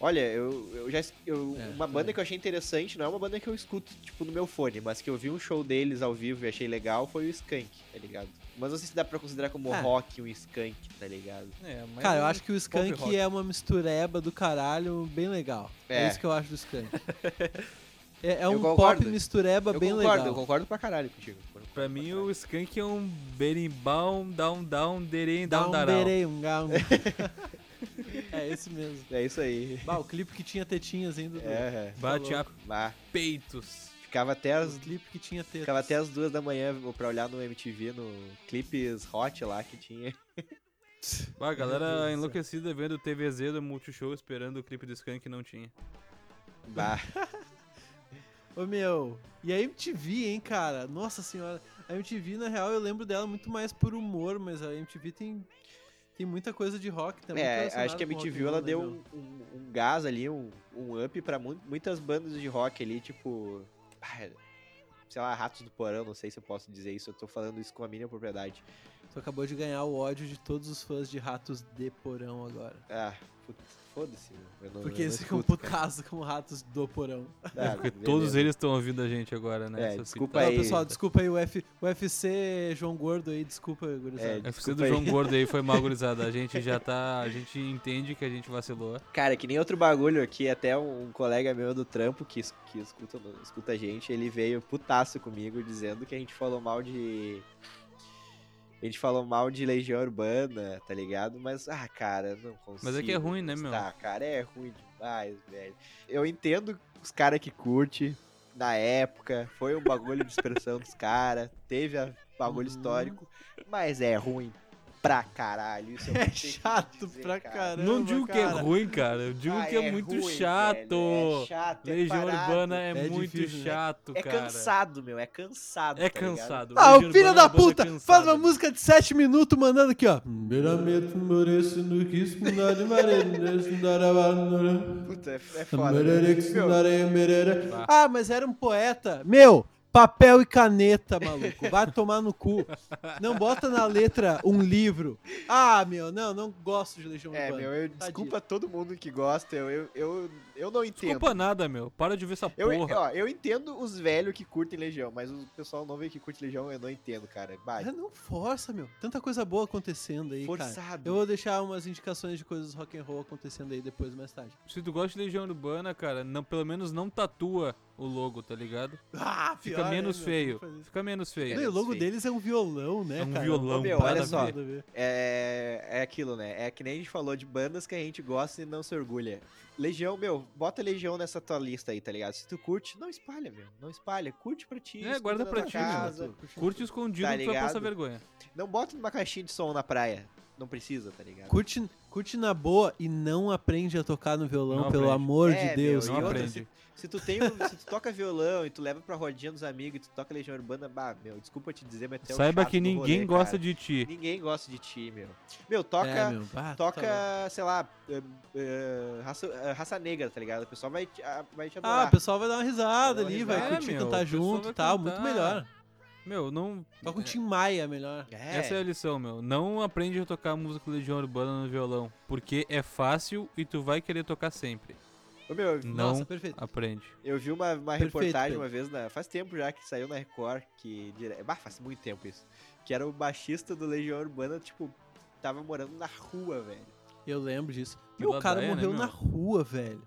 [SPEAKER 2] Olha, eu, eu já. es- Eu,
[SPEAKER 1] É,
[SPEAKER 2] uma banda
[SPEAKER 1] também.
[SPEAKER 2] que eu achei interessante, não é uma banda que eu escuto, tipo, no meu fone, mas que eu vi um show deles ao vivo e achei legal foi o Skank, tá ligado? Mas não sei se dá pra considerar como
[SPEAKER 1] É.
[SPEAKER 2] rock um Skank, tá ligado?
[SPEAKER 3] É, mas
[SPEAKER 1] Cara, eu acho que o
[SPEAKER 3] pop rock.
[SPEAKER 1] Skank é uma mistureba do caralho bem legal. É,
[SPEAKER 2] É.
[SPEAKER 1] isso que eu acho do Skank. É, é
[SPEAKER 2] Eu
[SPEAKER 1] um pop
[SPEAKER 2] concordo.
[SPEAKER 1] mistureba
[SPEAKER 2] eu
[SPEAKER 1] bem
[SPEAKER 2] concordo, eu
[SPEAKER 1] legal.
[SPEAKER 2] concordo pra caralho contigo.
[SPEAKER 3] Pra mim, o Skank é um berimbau, down, down, derem,
[SPEAKER 1] Dá
[SPEAKER 3] down,
[SPEAKER 1] um
[SPEAKER 3] darau.
[SPEAKER 1] berei, um gão. é esse mesmo.
[SPEAKER 2] É isso aí.
[SPEAKER 1] Bah, o clipe que tinha tetinhas ainda. do-
[SPEAKER 2] É,
[SPEAKER 3] Bate
[SPEAKER 1] Tá
[SPEAKER 3] a
[SPEAKER 1] louco.
[SPEAKER 2] bah,
[SPEAKER 3] peitos.
[SPEAKER 2] ficava até as
[SPEAKER 1] O clipe que tinha tetas.
[SPEAKER 2] Ficava até as duas da manhã pra olhar no MTV, no clipes hot lá que tinha.
[SPEAKER 3] Bah, a
[SPEAKER 1] Deus do
[SPEAKER 3] galera
[SPEAKER 1] céu.
[SPEAKER 3] enlouquecida vendo o TVZ do Multishow esperando o clipe do Skank e não tinha.
[SPEAKER 2] Bah,
[SPEAKER 1] Ô meu, e a MTV, hein, cara? Nossa senhora. A MTV, na real, eu lembro dela muito mais por humor, mas a MTV tem, tem muita coisa de rock também.
[SPEAKER 2] é,
[SPEAKER 1] relacionada
[SPEAKER 2] acho que a
[SPEAKER 1] com rock
[SPEAKER 2] MTV
[SPEAKER 1] and roll,
[SPEAKER 2] ela
[SPEAKER 1] né,
[SPEAKER 2] deu
[SPEAKER 1] meu?
[SPEAKER 2] um, um- um gás ali, um, um up pra mu- muitas bandas de rock ali, tipo. ah, sei lá, Ratos do Porão, não sei se eu posso dizer isso, eu tô falando isso com a minha propriedade.
[SPEAKER 1] Tu acabou de ganhar o ódio de todos os fãs de Ratos de Porão agora.
[SPEAKER 2] Ah, putz, foda-se, meu. Eu não-
[SPEAKER 1] Porque
[SPEAKER 2] eu não
[SPEAKER 1] eles ficam
[SPEAKER 2] escuto, cara.
[SPEAKER 1] putados como Ratos do Porão.
[SPEAKER 2] Ah,
[SPEAKER 3] Porque
[SPEAKER 2] beleza.
[SPEAKER 3] todos eles estão ouvindo a gente agora, né?
[SPEAKER 2] É,
[SPEAKER 3] Essa
[SPEAKER 2] desculpa
[SPEAKER 3] pitada.
[SPEAKER 1] Não,
[SPEAKER 2] aí.
[SPEAKER 1] pessoal, desculpa aí o, F, o UFC João Gordo aí, desculpa, gurizada.
[SPEAKER 2] É,
[SPEAKER 3] A FC
[SPEAKER 2] desculpa
[SPEAKER 3] né, do
[SPEAKER 2] aí.
[SPEAKER 3] João Gordo aí foi mal gurizada. A gente já tá. A gente entende que a gente vacilou.
[SPEAKER 2] Cara, que nem outro bagulho aqui, até um colega meu do trampo que, es- que escuta, escuta a gente, ele veio putaço comigo dizendo que a gente falou mal de. A gente falou mal de Legião Urbana, tá ligado? Mas, ah, cara, não consigo.
[SPEAKER 3] Mas é que é ruim, né, meu?
[SPEAKER 2] Tá, cara, é ruim demais, velho. Eu entendo os caras que curte na época, foi um bagulho de expressão dos caras, teve a bagulho
[SPEAKER 1] Uhum.
[SPEAKER 2] histórico, mas é ruim pra caralho. Isso eu
[SPEAKER 1] É
[SPEAKER 2] vou ter que te
[SPEAKER 1] chato
[SPEAKER 2] dizer,
[SPEAKER 1] pra
[SPEAKER 2] cara.
[SPEAKER 1] caramba.
[SPEAKER 3] não digo que é
[SPEAKER 1] cara.
[SPEAKER 3] ruim, cara. Eu digo
[SPEAKER 2] Ah,
[SPEAKER 3] que é, muito
[SPEAKER 2] ruim, velho,
[SPEAKER 3] chato.
[SPEAKER 2] É chato, é
[SPEAKER 3] Legião
[SPEAKER 2] parado,
[SPEAKER 3] Urbana é,
[SPEAKER 1] É
[SPEAKER 3] muito
[SPEAKER 1] difícil, né?
[SPEAKER 3] chato,
[SPEAKER 2] É
[SPEAKER 3] cara.
[SPEAKER 2] cansado, meu. É cansado.
[SPEAKER 3] É
[SPEAKER 2] tá ligado?
[SPEAKER 3] cansado.
[SPEAKER 1] Ah,
[SPEAKER 3] Legião
[SPEAKER 1] o filho
[SPEAKER 3] Urbana é
[SPEAKER 1] da
[SPEAKER 3] uma banda
[SPEAKER 1] puta!
[SPEAKER 3] cansada.
[SPEAKER 1] Faz uma música de 7 minutos mandando aqui, ó. Primeiramente, merece no risco, na de maré, merece na da bandeira.
[SPEAKER 2] Puta, é, é foda.
[SPEAKER 1] Mererix,
[SPEAKER 2] Meu, é,
[SPEAKER 1] na de é mererê.
[SPEAKER 3] Bah.
[SPEAKER 1] Ah, mas era um poeta. Meu, papel e caneta, maluco. Vai tomar no cu. Não bota na letra um livro. Ah, meu, não, não gosto de Legião
[SPEAKER 2] é,
[SPEAKER 1] Urbana.
[SPEAKER 2] meu, eu, desculpa todo mundo que gosta. Eu, eu, eu, eu não entendo.
[SPEAKER 3] Desculpa nada, meu. Para de ver essa
[SPEAKER 2] Eu,
[SPEAKER 3] porra.
[SPEAKER 2] ó, eu entendo os velhos que curtem Legião, mas o pessoal novo aí que curte Legião eu não entendo, cara. Bah,
[SPEAKER 1] É, não força, meu. Tanta coisa boa acontecendo aí, cara.
[SPEAKER 2] forçado.
[SPEAKER 1] Eu vou deixar umas indicações de coisas rock and roll acontecendo aí depois, mais tarde.
[SPEAKER 3] Se tu gosta de Legião Urbana, cara, não, pelo menos não tatua o logo, tá ligado?
[SPEAKER 1] Ah,
[SPEAKER 3] Fica menos feio. Fica menos
[SPEAKER 2] É,
[SPEAKER 3] feio.
[SPEAKER 1] Não, e o logo
[SPEAKER 2] né, sim.
[SPEAKER 1] deles é um violão, né?
[SPEAKER 3] É um
[SPEAKER 1] cara?
[SPEAKER 3] violão,
[SPEAKER 1] Ô,
[SPEAKER 2] meu,
[SPEAKER 1] nada
[SPEAKER 2] olha
[SPEAKER 1] a
[SPEAKER 2] só.
[SPEAKER 1] ver.
[SPEAKER 2] É, é aquilo, né? É que nem a gente falou de bandas que a gente gosta e não se orgulha. Legião, meu, bota Legião nessa tua lista aí, tá ligado? Se tu curte, não espalha, meu. Não espalha. Curte pra ti.
[SPEAKER 3] É,
[SPEAKER 2] escuta
[SPEAKER 3] guarda
[SPEAKER 2] na
[SPEAKER 3] pra
[SPEAKER 2] tua
[SPEAKER 3] ti, meu.
[SPEAKER 2] casa.
[SPEAKER 3] Curte escondido
[SPEAKER 2] Tá
[SPEAKER 3] que tu vai passar
[SPEAKER 2] ligado?
[SPEAKER 3] vergonha.
[SPEAKER 2] Não bota numa caixinha de som na praia. Não precisa, tá ligado?
[SPEAKER 1] Curte, curte na boa e não aprende a tocar no violão,
[SPEAKER 3] Não
[SPEAKER 1] pelo
[SPEAKER 3] aprende.
[SPEAKER 1] amor
[SPEAKER 2] É,
[SPEAKER 1] de
[SPEAKER 2] meu,
[SPEAKER 1] Deus.
[SPEAKER 2] e
[SPEAKER 3] Não
[SPEAKER 1] cara.
[SPEAKER 2] outra,
[SPEAKER 3] aprende.
[SPEAKER 2] Se tu tem um- se tu toca violão e tu leva pra rodinha dos amigos e tu toca Legião Urbana, bah, meu, desculpa te dizer, mas tu é o
[SPEAKER 3] Saiba
[SPEAKER 2] chato
[SPEAKER 3] que
[SPEAKER 2] do
[SPEAKER 3] ninguém
[SPEAKER 2] rolê,
[SPEAKER 3] gosta
[SPEAKER 2] cara.
[SPEAKER 3] de ti.
[SPEAKER 2] Ninguém gosta de ti, meu. Meu,
[SPEAKER 1] É,
[SPEAKER 2] toca.
[SPEAKER 1] meu, bah,
[SPEAKER 2] Toca,
[SPEAKER 1] tá
[SPEAKER 2] sei lá, eh, eh, raça, eh, raça negra, tá ligado? O pessoal vai te, ah, vai te
[SPEAKER 1] bom. ah,
[SPEAKER 2] adorar.
[SPEAKER 1] o pessoal vai dar uma risada
[SPEAKER 2] Vai dar
[SPEAKER 1] ali,
[SPEAKER 2] uma
[SPEAKER 1] vai
[SPEAKER 2] risada.
[SPEAKER 1] curtir
[SPEAKER 3] É, meu,
[SPEAKER 1] cantar
[SPEAKER 3] o pessoal
[SPEAKER 1] junto
[SPEAKER 3] vai
[SPEAKER 1] e tal,
[SPEAKER 3] cantar.
[SPEAKER 1] muito melhor.
[SPEAKER 3] Meu, não. é,
[SPEAKER 1] Toca um Tim Maia melhor.
[SPEAKER 2] É,
[SPEAKER 3] Essa é a lição, meu. Não aprende a tocar música Legião Urbana no violão. Porque é fácil e tu vai querer tocar sempre.
[SPEAKER 2] Ô, meu,
[SPEAKER 3] Não
[SPEAKER 1] Nossa, perfeito.
[SPEAKER 3] aprende.
[SPEAKER 2] eu vi uma, uma
[SPEAKER 1] Perfeito,
[SPEAKER 2] reportagem
[SPEAKER 1] Pedro.
[SPEAKER 2] uma vez, na, faz tempo já que saiu na Record, que. dire- Bah, faz muito tempo isso. Que era o baixista do Legião Urbana, tipo, tava morando na rua, velho.
[SPEAKER 1] Eu lembro disso.
[SPEAKER 3] Que
[SPEAKER 1] Meu, o cara
[SPEAKER 3] ladaia, né,
[SPEAKER 1] morreu
[SPEAKER 3] meu?
[SPEAKER 1] na rua, velho.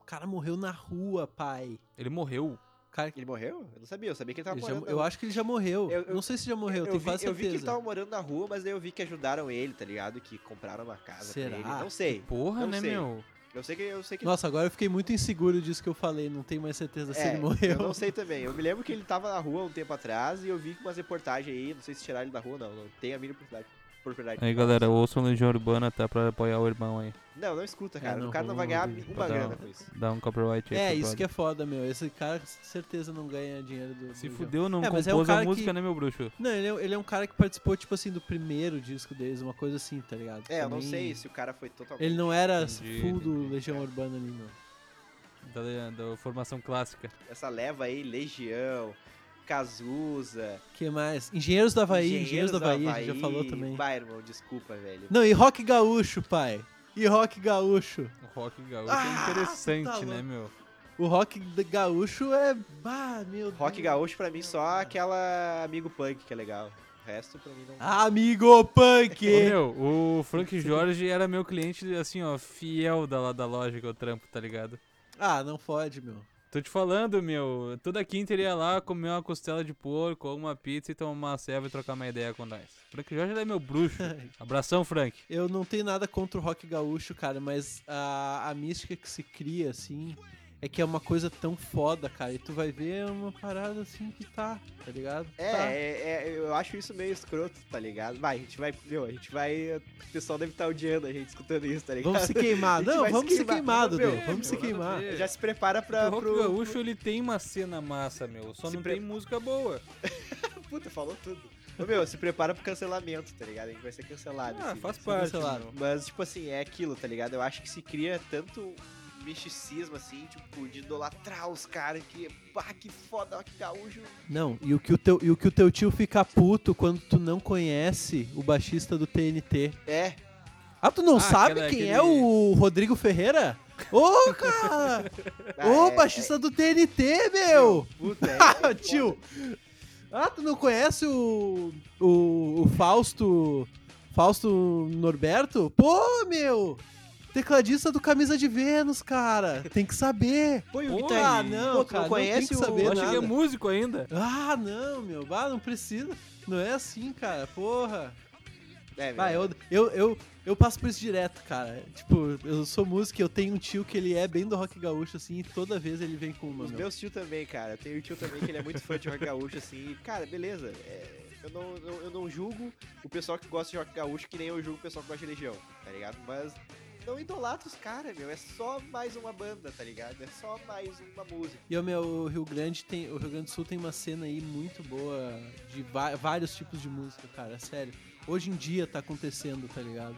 [SPEAKER 1] O cara morreu na rua, pai.
[SPEAKER 3] Ele morreu.
[SPEAKER 1] O cara
[SPEAKER 2] Ele morreu? Eu não sabia, eu sabia que ele tava
[SPEAKER 1] Ele já-
[SPEAKER 2] morando na
[SPEAKER 1] eu
[SPEAKER 2] rua.
[SPEAKER 1] acho que ele já morreu.
[SPEAKER 2] Eu- eu-
[SPEAKER 1] não sei se já morreu,
[SPEAKER 2] eu
[SPEAKER 1] tenho
[SPEAKER 2] vi,
[SPEAKER 1] quase
[SPEAKER 2] eu vi que tá
[SPEAKER 1] certeza.
[SPEAKER 2] ele tava morando na rua, mas daí eu vi que ajudaram ele, tá ligado? Que compraram uma casa
[SPEAKER 1] Será?
[SPEAKER 2] pra ele. Não sei.
[SPEAKER 3] Porra,
[SPEAKER 2] Eu
[SPEAKER 3] né,
[SPEAKER 2] sei.
[SPEAKER 3] meu?
[SPEAKER 2] Eu sei que eu sei que
[SPEAKER 1] Nossa, agora eu fiquei muito inseguro disso que eu falei, não tenho mais certeza se
[SPEAKER 2] É,
[SPEAKER 1] ele morreu.
[SPEAKER 2] Eu não sei também. Eu me lembro que ele tava na rua um tempo atrás e eu vi umas reportagens aí. Não sei se tiraram ele da rua, não. Não tem a mínima propriedade. propriedade de
[SPEAKER 3] Aí,
[SPEAKER 2] falar
[SPEAKER 3] galera,
[SPEAKER 2] isso.
[SPEAKER 3] ouçam Legião Urbana, tá? Pra apoiar o irmão aí.
[SPEAKER 2] Não, não escuta, cara.
[SPEAKER 1] É, não,
[SPEAKER 2] o cara não
[SPEAKER 1] não
[SPEAKER 2] vai ganhar
[SPEAKER 1] ouvi.
[SPEAKER 2] uma
[SPEAKER 3] Tá.
[SPEAKER 2] grana com isso.
[SPEAKER 3] Dá um copyright aí.
[SPEAKER 1] É, isso que é foda, meu. Esse cara com certeza não ganha dinheiro do.
[SPEAKER 3] Se
[SPEAKER 1] do
[SPEAKER 3] fudeu, não
[SPEAKER 1] É, mas é um
[SPEAKER 3] compôs a
[SPEAKER 1] cara que-
[SPEAKER 3] música, né, meu bruxo?
[SPEAKER 1] jogo. Não, ele é, ele é um cara que participou, tipo assim, do primeiro disco deles, uma coisa assim, tá ligado?
[SPEAKER 2] É, eu não
[SPEAKER 1] Também-
[SPEAKER 2] sei se o cara foi totalmente.
[SPEAKER 1] Ele não era
[SPEAKER 3] Entendi,
[SPEAKER 1] full do
[SPEAKER 3] entendi.
[SPEAKER 1] Legião Urbana ali, não.
[SPEAKER 3] Da, da formação clássica.
[SPEAKER 2] Essa leva aí, Legião, Cazuza.
[SPEAKER 1] que mais? Engenheiros do Havaí, Engenheiros, do Havaí, a gente já
[SPEAKER 2] Havaí.
[SPEAKER 1] falou também.
[SPEAKER 2] Vai, irmão, desculpa, velho.
[SPEAKER 1] Não, e rock gaúcho, pai. E rock gaúcho.
[SPEAKER 3] O rock gaúcho
[SPEAKER 1] Ah,
[SPEAKER 3] é interessante,
[SPEAKER 1] tá
[SPEAKER 3] né,
[SPEAKER 1] louco.
[SPEAKER 3] meu?
[SPEAKER 1] O rock da- gaúcho é. Bah, meu
[SPEAKER 2] Rock
[SPEAKER 1] Deus.
[SPEAKER 2] gaúcho pra mim só aquela amigo punk que é legal. O resto pra mim não.
[SPEAKER 1] Ah, Amigo punk!
[SPEAKER 3] Ô, meu, o Frank Jorge era meu cliente, assim, ó, fiel da, lá da loja que eu trampo, tá ligado?
[SPEAKER 1] Ah, não fode, meu.
[SPEAKER 3] Tô te falando, meu, toda quinta ele ia lá comer uma costela de porco ou uma pizza e tomar uma serva e trocar uma ideia com nós. Frank Jorge ele é meu bruxo. Abração, Frank.
[SPEAKER 1] Eu não tenho nada contra o rock gaúcho, cara, mas a, a mística que se cria, assim, é que é uma coisa tão foda, cara. E tu vai ver é uma parada assim que tá, tá ligado?
[SPEAKER 2] É,
[SPEAKER 1] Tá.
[SPEAKER 2] é, é, eu acho isso meio escroto, tá ligado? Vai, a gente vai, meu, a gente vai. O pessoal deve estar odiando a gente escutando isso, tá ligado?
[SPEAKER 1] Vamos se queimar.
[SPEAKER 2] A gente
[SPEAKER 1] Não,
[SPEAKER 2] vai se
[SPEAKER 1] vamos se
[SPEAKER 2] queimar,
[SPEAKER 1] queimar, Dudu.
[SPEAKER 2] meu.
[SPEAKER 1] Vamos se
[SPEAKER 3] Meu, nada a
[SPEAKER 1] queimar.
[SPEAKER 3] ver.
[SPEAKER 2] Já se prepara pra.
[SPEAKER 3] o rock
[SPEAKER 2] pro-
[SPEAKER 3] gaúcho ele tem uma cena massa, meu, só
[SPEAKER 2] Se
[SPEAKER 3] não
[SPEAKER 2] pre-
[SPEAKER 3] tem música boa.
[SPEAKER 2] Puta, falou tudo. Ô, meu, se prepara pro cancelamento, tá ligado? A gente vai ser cancelado.
[SPEAKER 3] Ah,
[SPEAKER 2] assim,
[SPEAKER 3] faz
[SPEAKER 2] né?
[SPEAKER 3] parte,
[SPEAKER 1] cancelado.
[SPEAKER 3] meu.
[SPEAKER 2] Mas, tipo assim, é aquilo, tá ligado? Eu acho que se cria tanto um misticismo, assim, tipo, de idolatrar os caras que. Pá, que foda, ó, que gaúcho.
[SPEAKER 1] Não, e o, que o teu, e o que o teu tio fica puto quando tu não conhece o baixista do TNT.
[SPEAKER 2] É,
[SPEAKER 1] Ah, tu não
[SPEAKER 3] Ah,
[SPEAKER 1] sabe
[SPEAKER 3] aquela-
[SPEAKER 1] quem
[SPEAKER 3] aquele-
[SPEAKER 1] é o Rodrigo Ferreira? Ô, cara!
[SPEAKER 2] Ah,
[SPEAKER 1] Ô,
[SPEAKER 2] é,
[SPEAKER 1] baixista do TNT, meu!
[SPEAKER 2] Puta,
[SPEAKER 1] Ah,
[SPEAKER 2] é,
[SPEAKER 1] tio! Ah, tu não conhece o, o, o Fausto. Fausto Norberto? Pô, meu! Tecladista do Camisa de Vênus, cara! Tem que saber!
[SPEAKER 2] Pô, e o
[SPEAKER 3] Pô,
[SPEAKER 2] guitarrista?
[SPEAKER 1] ah, não,
[SPEAKER 2] Pô, tu
[SPEAKER 1] cara, não tem
[SPEAKER 2] conhece
[SPEAKER 1] que
[SPEAKER 2] o-
[SPEAKER 1] saber
[SPEAKER 3] Eu
[SPEAKER 1] nada.
[SPEAKER 3] achei que é músico ainda.
[SPEAKER 1] Ah, não, meu! Ah, não precisa! Não é assim, cara, porra!
[SPEAKER 2] É,
[SPEAKER 1] Vai,
[SPEAKER 2] meu,
[SPEAKER 1] eu, eu, eu, eu passo por isso direto, cara. Tipo, eu sou músico e eu tenho um tio que ele é bem do rock gaúcho, assim, e toda vez ele vem com uma.
[SPEAKER 2] Os
[SPEAKER 1] meu.
[SPEAKER 2] meus tio também, cara. Eu tenho um tio também que ele é muito fã de rock gaúcho, assim. E, cara, beleza. é, eu, não, eu, eu não julgo o pessoal que gosta de rock gaúcho, que nem eu julgo o pessoal que gosta de religião, tá ligado? Mas não idolatra os caras, meu. É só mais uma banda, tá ligado? É só mais uma música.
[SPEAKER 1] E o meu o Rio Grande tem, o Rio Grande do Sul tem uma cena aí muito boa de va- vários tipos de música, cara, sério. Hoje em dia tá acontecendo, tá ligado?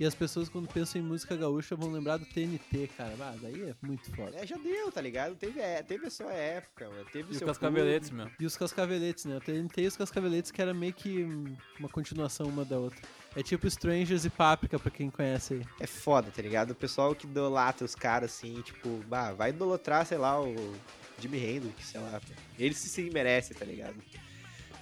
[SPEAKER 1] E as pessoas quando pensam em música gaúcha vão lembrar do TNT, cara. Ah, daí é muito foda.
[SPEAKER 2] É, já deu, tá ligado? Teve, é, teve a sua época, mano. Teve
[SPEAKER 3] E
[SPEAKER 2] seu
[SPEAKER 3] com as cabeletes, meu.
[SPEAKER 1] E os Cascaveletes, né? O TNT e os Cascaveletes que era meio que hum, uma continuação uma da outra. É tipo Strangers e Páprica, pra quem conhece aí.
[SPEAKER 2] É foda, tá ligado? O pessoal que idolatra os caras, assim, tipo, bah, vai idolatrar, sei lá, o Jimi Hendrix, sei lá. Ele se sim merece, tá ligado?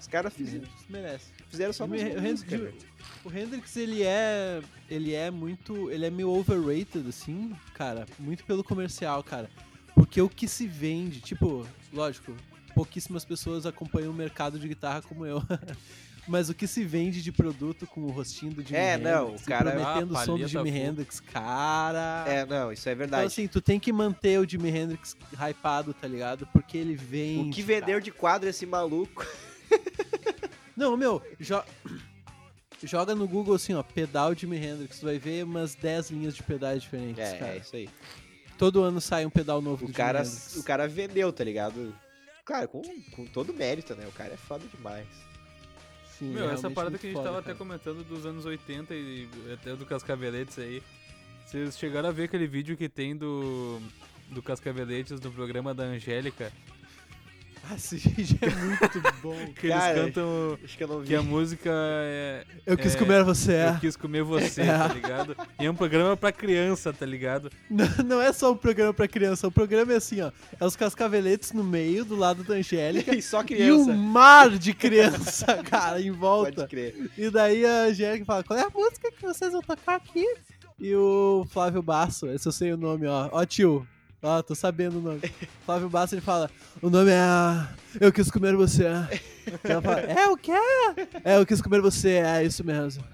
[SPEAKER 2] Os caras fizeram,
[SPEAKER 1] Merece.
[SPEAKER 2] fizeram só
[SPEAKER 1] O
[SPEAKER 2] mais
[SPEAKER 1] Hen-
[SPEAKER 2] uma
[SPEAKER 1] o Hen-
[SPEAKER 2] música,
[SPEAKER 1] Ju-
[SPEAKER 2] meu.
[SPEAKER 1] O Hendrix, ele é. Ele é muito. Ele é meio overrated, assim, cara. Muito pelo comercial, cara. Porque o que se vende, tipo, lógico, pouquíssimas pessoas acompanham o mercado de guitarra como eu. Mas o que se vende de produto com o rostinho do Jimi
[SPEAKER 2] É,
[SPEAKER 1] Hendrix,
[SPEAKER 2] não, o
[SPEAKER 1] e
[SPEAKER 2] cara-
[SPEAKER 1] prometendo
[SPEAKER 3] Ah,
[SPEAKER 1] o som do
[SPEAKER 3] palheta
[SPEAKER 1] Jimi
[SPEAKER 3] full.
[SPEAKER 1] Hendrix, cara.
[SPEAKER 2] É, não, isso é
[SPEAKER 1] Então,
[SPEAKER 2] verdade.
[SPEAKER 1] assim, tu tem que manter o Jimi Hendrix hypado, tá ligado? Porque ele vem.
[SPEAKER 2] o que vendeu de quadro esse maluco?
[SPEAKER 1] Não, meu, jo- joga no Google assim, ó, pedal Jimi Hendrix, tu vai ver umas 10 linhas de pedais diferentes, cara.
[SPEAKER 2] é, isso aí.
[SPEAKER 1] Todo ano sai um pedal novo
[SPEAKER 2] O
[SPEAKER 1] do
[SPEAKER 2] cara,
[SPEAKER 1] Jimi Hendrix.
[SPEAKER 2] o cara vendeu, tá ligado? Cara, com, com todo mérito, né? O cara é foda demais.
[SPEAKER 1] Sim,
[SPEAKER 3] Meu,
[SPEAKER 1] é
[SPEAKER 3] essa
[SPEAKER 1] realmente
[SPEAKER 3] parada
[SPEAKER 1] muito
[SPEAKER 3] que a gente
[SPEAKER 1] foda,
[SPEAKER 3] tava
[SPEAKER 1] cara.
[SPEAKER 3] até comentando dos anos 80 e até do Cascaveletes aí. Vocês chegaram a ver aquele vídeo que tem do. Do Cascaveletes no programa da Angélica.
[SPEAKER 1] Ah, esse vídeo é muito bom.
[SPEAKER 3] Que
[SPEAKER 2] Cara,
[SPEAKER 3] eles cantam.
[SPEAKER 2] Acho que eu não vi.
[SPEAKER 3] Que a música é.
[SPEAKER 1] Eu quis
[SPEAKER 3] É,
[SPEAKER 1] comer você.
[SPEAKER 3] Eu quis comer
[SPEAKER 1] É.
[SPEAKER 3] você, tá ligado? E é um programa pra criança, tá ligado?
[SPEAKER 1] Não, não é só um programa pra criança, o programa é assim, ó, é os cascaveletes no meio, do lado da Angélica,
[SPEAKER 2] E só
[SPEAKER 1] e um
[SPEAKER 2] criança.
[SPEAKER 1] mar de criança, cara, em volta.
[SPEAKER 2] Pode crer.
[SPEAKER 1] E daí a Angélica fala, qual é a música que vocês vão tocar aqui? E o Flávio Basso, esse eu sei o nome, ó. Ó, tio. Ó, tô sabendo o nome. Flávio Basso, ele fala, o nome é Eu Quis Comer Você. E ela fala, é o quê? É, Eu Quis Comer Você, é isso mesmo.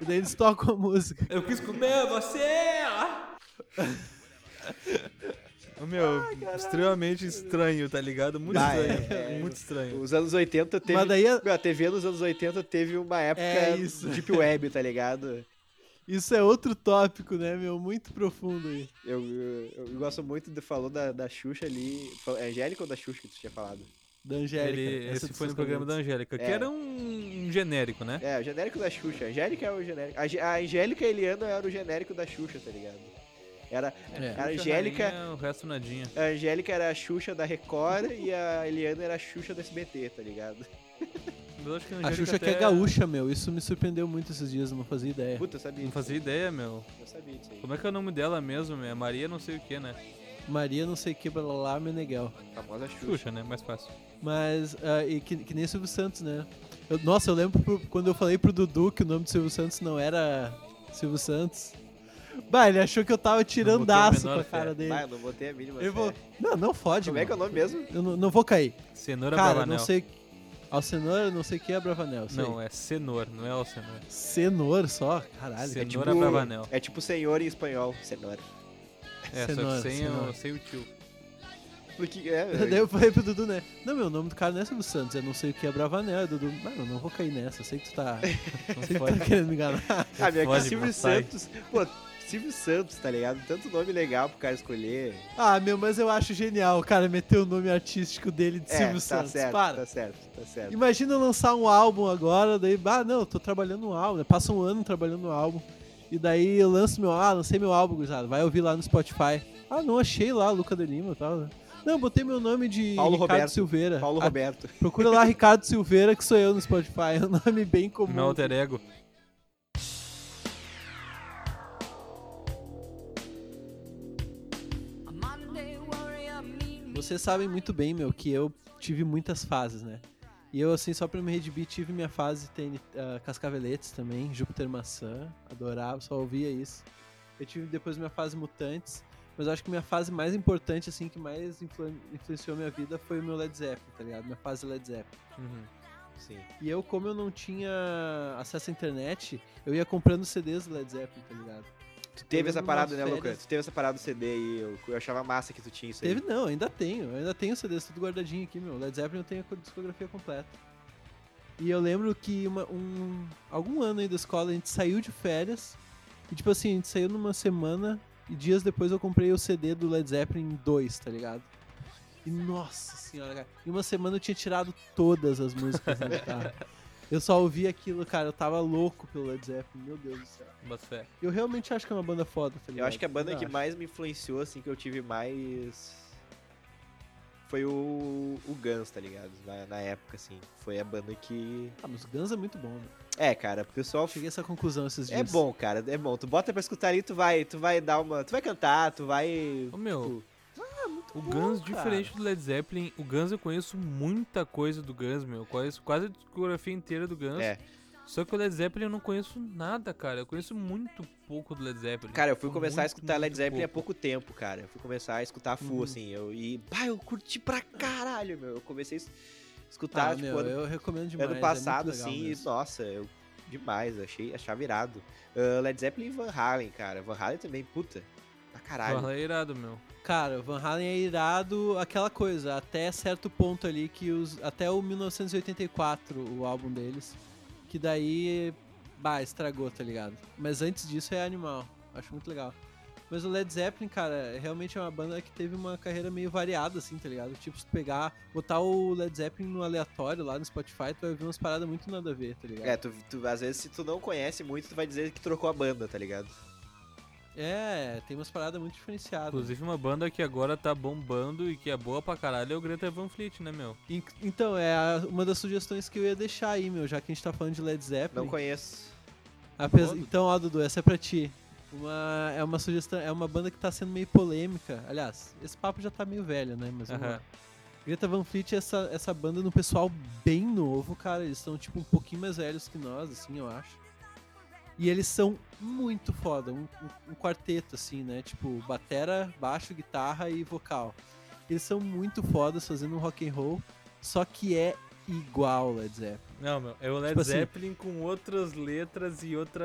[SPEAKER 1] E daí eles tocam a música.
[SPEAKER 3] Eu quis comer você! Meu, extremamente estranho, tá ligado? Muito
[SPEAKER 2] Ah, é,
[SPEAKER 3] estranho.
[SPEAKER 2] é.
[SPEAKER 3] muito estranho.
[SPEAKER 2] Os anos 80 teve.
[SPEAKER 1] Mas daí,
[SPEAKER 2] A TV nos anos 80 teve uma época
[SPEAKER 1] É isso.
[SPEAKER 2] Deep Web, tá ligado?
[SPEAKER 1] isso é outro tópico, né, meu? Muito profundo aí.
[SPEAKER 2] Eu, eu, eu gosto muito de falou da, da Xuxa ali. Fal- É Angélica ou da Xuxa que tu tinha falado?
[SPEAKER 1] Da Angélica.
[SPEAKER 3] Ele,
[SPEAKER 1] essa
[SPEAKER 3] esse
[SPEAKER 1] dos
[SPEAKER 3] foi no
[SPEAKER 1] seus
[SPEAKER 3] programa da
[SPEAKER 1] talentos.
[SPEAKER 3] Angélica, que
[SPEAKER 2] É.
[SPEAKER 3] era um, um genérico, né?
[SPEAKER 2] É, o genérico da Xuxa. A Angélica é o genérico. A, Ge- a Angélica e a Eliana era o genérico da Xuxa, tá ligado? Era,
[SPEAKER 1] É.
[SPEAKER 2] a Angélica.
[SPEAKER 3] Rainha, O resto nadinha.
[SPEAKER 2] A Angélica era a Xuxa da Record e a Eliana era a Xuxa do SBT, tá ligado?
[SPEAKER 3] Mas eu acho que a
[SPEAKER 1] A
[SPEAKER 3] Angélica
[SPEAKER 1] Xuxa que é
[SPEAKER 3] até-
[SPEAKER 1] gaúcha, meu. Isso me surpreendeu muito esses dias, É. não fazia ideia.
[SPEAKER 2] Puta, eu sabia.
[SPEAKER 3] Não fazia ideia, meu.
[SPEAKER 2] Eu sabia disso aí.
[SPEAKER 3] Como é que é o nome dela mesmo? É Maria não sei o que, né?
[SPEAKER 1] Maria não sei que, lá Meneghel.
[SPEAKER 2] A famosa Xuxa.
[SPEAKER 3] Xuxa, né? Mais fácil.
[SPEAKER 1] Mas, ah, e que, que nem o Silvio Santos, né? Eu- nossa, eu lembro pro- quando eu falei pro Dudu que o nome do Silvio Santos não era Silvio Santos. Bah, ele achou que eu tava tirandaço
[SPEAKER 3] menor
[SPEAKER 1] com a
[SPEAKER 3] fé.
[SPEAKER 1] cara dele.
[SPEAKER 2] Ah, eu não botei a mínima.
[SPEAKER 1] Ele
[SPEAKER 2] fé.
[SPEAKER 1] falou, não, não fode,
[SPEAKER 2] Como é que é o
[SPEAKER 1] mano.
[SPEAKER 2] nome mesmo?
[SPEAKER 1] eu não, não vou cair.
[SPEAKER 3] Cenoura
[SPEAKER 1] cara,
[SPEAKER 3] Bravanel.
[SPEAKER 1] não sei... Alcenor, não sei o que é Bravanel. Sei.
[SPEAKER 3] Não, é cenor, não é o cenor.
[SPEAKER 1] Cenor só? Caralho.
[SPEAKER 3] Cenoura
[SPEAKER 2] tipo-
[SPEAKER 3] Bravanel.
[SPEAKER 2] É tipo senhor em espanhol. Cenoura.
[SPEAKER 3] É, só
[SPEAKER 1] Cenoura,
[SPEAKER 3] que sem,
[SPEAKER 1] cenoura.
[SPEAKER 3] o, sem o tio.
[SPEAKER 2] Porque, é,
[SPEAKER 1] Daí eu falei pro Dudu, né? Não, meu, o nome do cara não é Silvio Santos, eu não sei o que é Bravanel. Aí, Dudu, mano, eu não vou cair nessa, eu sei que tu tá,
[SPEAKER 3] Não
[SPEAKER 1] sei que
[SPEAKER 3] pode.
[SPEAKER 1] tu tá querendo me enganar.
[SPEAKER 2] Ah, meu, que
[SPEAKER 3] Fode,
[SPEAKER 2] Silvio
[SPEAKER 3] mano, sai.
[SPEAKER 2] Santos. Pô, Silvio Santos, tá ligado? Tanto nome legal pro cara escolher.
[SPEAKER 1] Ah, meu, mas eu acho genial o cara meter o nome artístico dele de
[SPEAKER 2] É,
[SPEAKER 1] Silvio
[SPEAKER 2] tá
[SPEAKER 1] Santos.
[SPEAKER 2] certo,
[SPEAKER 1] Para.
[SPEAKER 2] tá certo, tá certo.
[SPEAKER 1] Imagina lançar um álbum agora, daí, ah, não, eu tô trabalhando um álbum, né? passa um ano trabalhando um álbum. E daí eu lanço meu, ah, lancei meu álbum, gurizada, vai ouvir lá no Spotify. Ah, não achei lá, Luca de Lima e tal. né? Não, botei meu nome de
[SPEAKER 2] Paulo
[SPEAKER 1] Ricardo
[SPEAKER 2] Roberto.
[SPEAKER 1] Silveira.
[SPEAKER 2] Paulo
[SPEAKER 1] Ah,
[SPEAKER 2] Roberto.
[SPEAKER 1] Procura lá Ricardo Silveira, que sou eu no Spotify. É um nome bem comum.
[SPEAKER 3] Meu alter ego.
[SPEAKER 1] Vocês sabem muito bem, meu, que eu tive muitas fases, né? E eu, assim, só pra me redibir, tive minha fase TN, ah, Cascaveletes também, Júpiter Maçã, adorava, só ouvia isso. Eu tive depois minha fase Mutantes, mas eu acho que minha fase mais importante, assim, que mais influ- influenciou minha vida foi o meu Led Zeppelin, tá ligado? Minha fase Led Zeppelin.
[SPEAKER 3] Uhum.
[SPEAKER 2] Sim.
[SPEAKER 1] E eu, como eu não tinha acesso à internet, eu ia comprando CDs do Led Zeppelin, tá ligado?
[SPEAKER 2] Tu teve essa
[SPEAKER 1] lembro
[SPEAKER 2] parada,
[SPEAKER 1] nas
[SPEAKER 2] né, Lucas?
[SPEAKER 1] férias-
[SPEAKER 2] Tu teve essa parada do CD aí. Eu, eu achava massa que tu tinha isso aí.
[SPEAKER 1] Teve não, ainda tenho. Eu ainda tenho os CDs tudo guardadinho aqui, meu. Led Zeppelin eu tenho a discografia completa. E eu lembro que uma- um, algum ano aí da escola a gente saiu de férias. E tipo assim, a gente saiu numa semana e dias depois eu comprei o CD do Led Zeppelin 2, tá ligado? E nossa senhora, cara. Em uma semana eu tinha tirado todas as músicas da guitarra. Eu só ouvi aquilo, cara. Eu tava louco pelo Led Zeppelin, meu Deus do céu.
[SPEAKER 3] Boto fé.
[SPEAKER 1] Eu realmente acho que é uma banda foda, tá ligado?
[SPEAKER 2] Eu acho que a banda
[SPEAKER 1] Ainda
[SPEAKER 2] que
[SPEAKER 1] acho.
[SPEAKER 2] mais me influenciou, assim, que eu tive mais. Foi o, o Guns, tá ligado? Na, na época, assim. Foi a banda que.
[SPEAKER 1] Ah, mas o Guns é muito bom, né?
[SPEAKER 2] É, cara, o pessoal.
[SPEAKER 1] Cheguei a essa conclusão esses dias.
[SPEAKER 2] É bom, cara, é bom. Tu bota pra escutar ali, tu vai, tu vai dar uma. Tu vai cantar, tu vai.
[SPEAKER 3] Ô, meu. o
[SPEAKER 1] bom,
[SPEAKER 3] Guns,
[SPEAKER 1] cara.
[SPEAKER 3] diferente do Led Zeppelin, o Guns eu conheço muita coisa do Guns, meu. Eu Conheço quase a discografia inteira do Guns.
[SPEAKER 2] É.
[SPEAKER 3] Só que o Led Zeppelin eu não conheço nada, cara. Eu conheço muito pouco do Led Zeppelin.
[SPEAKER 2] Cara, eu fui
[SPEAKER 3] Muito,
[SPEAKER 2] começar a escutar Led
[SPEAKER 3] muito
[SPEAKER 2] Zeppelin é há pouco tempo, cara. Eu fui começar a escutar a full, assim. Eu, e, pá, eu curti pra caralho, meu. Eu comecei a es- escutar,
[SPEAKER 1] Ah,
[SPEAKER 2] tipo,
[SPEAKER 1] meu,
[SPEAKER 2] ano,
[SPEAKER 1] eu recomendo demais. é
[SPEAKER 2] ano passado, assim. E, nossa, eu. Demais, achei, achava irado. Ah, Led Zeppelin e Van Halen, cara. Van Halen também, puta. Pra caralho.
[SPEAKER 3] Fala, é irado, meu.
[SPEAKER 1] Cara, o Van Halen é irado aquela coisa, até certo ponto ali que os. Até o 1984, o álbum deles. Que daí. Bah, estragou, tá ligado? Mas antes disso é animal. Acho muito legal. Mas o Led Zeppelin, cara, realmente é uma banda que teve uma carreira meio variada, assim, tá ligado? Tipo, se tu pegar, botar o Led Zeppelin no aleatório lá no Spotify, tu vai ver umas paradas muito nada a ver, tá ligado?
[SPEAKER 2] É, tu, tu- às vezes se tu não conhece muito, tu vai dizer que trocou a banda, tá ligado?
[SPEAKER 1] É, tem umas paradas muito diferenciadas.
[SPEAKER 3] Inclusive, uma banda que agora tá bombando e que é boa pra caralho é o Greta Van Fleet, né, meu?
[SPEAKER 1] In- Então, é a- uma das sugestões que eu ia deixar aí, meu, já que a gente tá falando de Led
[SPEAKER 2] Não
[SPEAKER 1] Zeppelin.
[SPEAKER 2] conheço.
[SPEAKER 1] Apes-
[SPEAKER 3] Foda.
[SPEAKER 1] Então, ó, Dudu, essa é pra ti. Uma, é uma sugestão, é uma banda que tá sendo meio polêmica. Aliás, esse papo já tá meio velho, né? Mas vamos lá.
[SPEAKER 3] Aham.
[SPEAKER 1] Greta Van Fleet é essa, essa banda no pessoal bem novo, cara. Eles são, tipo, um pouquinho mais velhos que nós, assim, eu acho. E eles são muito foda. Um, um- um quarteto, assim, né? Tipo, batera, baixo, guitarra e vocal. Eles são muito fodas fazendo um rock and roll, só que é igual Led Zeppelin.
[SPEAKER 3] Não, meu, é o Led
[SPEAKER 1] Tipo assim-
[SPEAKER 3] Zeppelin com outras letras e outra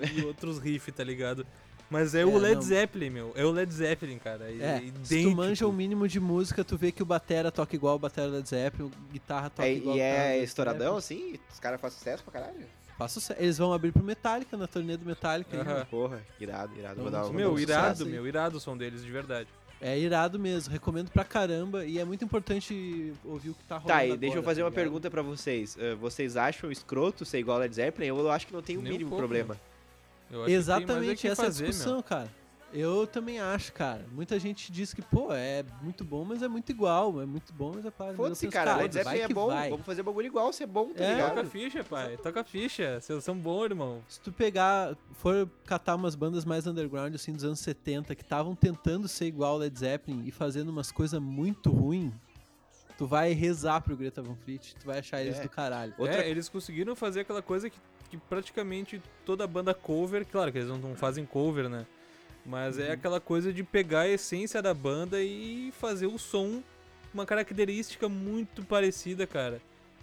[SPEAKER 3] e outros riffs, tá ligado? Mas é, o
[SPEAKER 1] É,
[SPEAKER 3] Led
[SPEAKER 1] não.
[SPEAKER 3] Zeppelin, meu. É o Led Zeppelin, cara. É,
[SPEAKER 1] É,
[SPEAKER 3] idêntico.
[SPEAKER 1] se tu manja o mínimo de música, tu vê que o batera toca igual o batera Led Zeppelin, o guitarra toca
[SPEAKER 2] É,
[SPEAKER 1] igual tá, né?
[SPEAKER 2] e
[SPEAKER 1] a guitarra
[SPEAKER 2] é
[SPEAKER 1] Led
[SPEAKER 2] estouradão,
[SPEAKER 1] Zeppelin.
[SPEAKER 2] assim? Os caras fazem sucesso pra caralho?
[SPEAKER 1] Faça o ce- Eles vão abrir pro Metallica, na turnê do Metallica. ainda.
[SPEAKER 3] Aham.
[SPEAKER 2] Porra, irado, irado.
[SPEAKER 1] É.
[SPEAKER 2] Vou
[SPEAKER 1] Não,
[SPEAKER 2] dar
[SPEAKER 1] não
[SPEAKER 2] uma-
[SPEAKER 1] mandar
[SPEAKER 3] Meu,
[SPEAKER 1] um
[SPEAKER 3] irado,
[SPEAKER 1] sucesso aí.
[SPEAKER 3] meu. Irado o som deles, de verdade.
[SPEAKER 1] É irado mesmo, recomendo pra caramba. E é muito importante ouvir o que tá rolando.
[SPEAKER 2] Tá, e
[SPEAKER 1] agora,
[SPEAKER 2] deixa eu fazer uma
[SPEAKER 1] ligado?
[SPEAKER 2] pergunta pra vocês. Ah, vocês acham escroto ser igual a Led Zeppelin? Eu acho que não tem o
[SPEAKER 3] Nem um
[SPEAKER 2] mínimo
[SPEAKER 3] pouco,
[SPEAKER 1] né?
[SPEAKER 2] problema.
[SPEAKER 3] Eu acho que tem mais é
[SPEAKER 1] Exatamente
[SPEAKER 3] que
[SPEAKER 1] essa é a
[SPEAKER 3] fazer,
[SPEAKER 1] discussão,
[SPEAKER 3] meu.
[SPEAKER 1] cara. Eu também acho, cara. Muita gente diz que, pô, é muito bom, mas é muito igual. É muito bom, mas é claro. mas eu
[SPEAKER 2] Foda-se,
[SPEAKER 1] penso,
[SPEAKER 2] cara. Led
[SPEAKER 1] vai
[SPEAKER 2] Zeppelin é
[SPEAKER 1] que
[SPEAKER 2] bom.
[SPEAKER 1] vai.
[SPEAKER 2] Vamos fazer bagulho igual, se é bom, tá
[SPEAKER 1] É,
[SPEAKER 2] ligado?
[SPEAKER 3] Toca a ficha, pai. Toca a ficha. Vocês são bons, irmão.
[SPEAKER 1] Se tu pegar, for catar umas bandas mais underground, assim, dos anos 70, que estavam tentando ser igual ao Led Zeppelin e fazendo umas coisas muito ruins, tu vai rezar pro Greta Van Fleet, tu vai achar eles
[SPEAKER 2] É.
[SPEAKER 1] do caralho.
[SPEAKER 2] Outra-
[SPEAKER 3] É, eles conseguiram fazer aquela coisa que, que praticamente toda banda cover, claro que eles não, não fazem cover, né? Mas
[SPEAKER 2] Uhum.
[SPEAKER 3] é aquela coisa de pegar a essência da banda e fazer o som uma característica muito parecida, cara.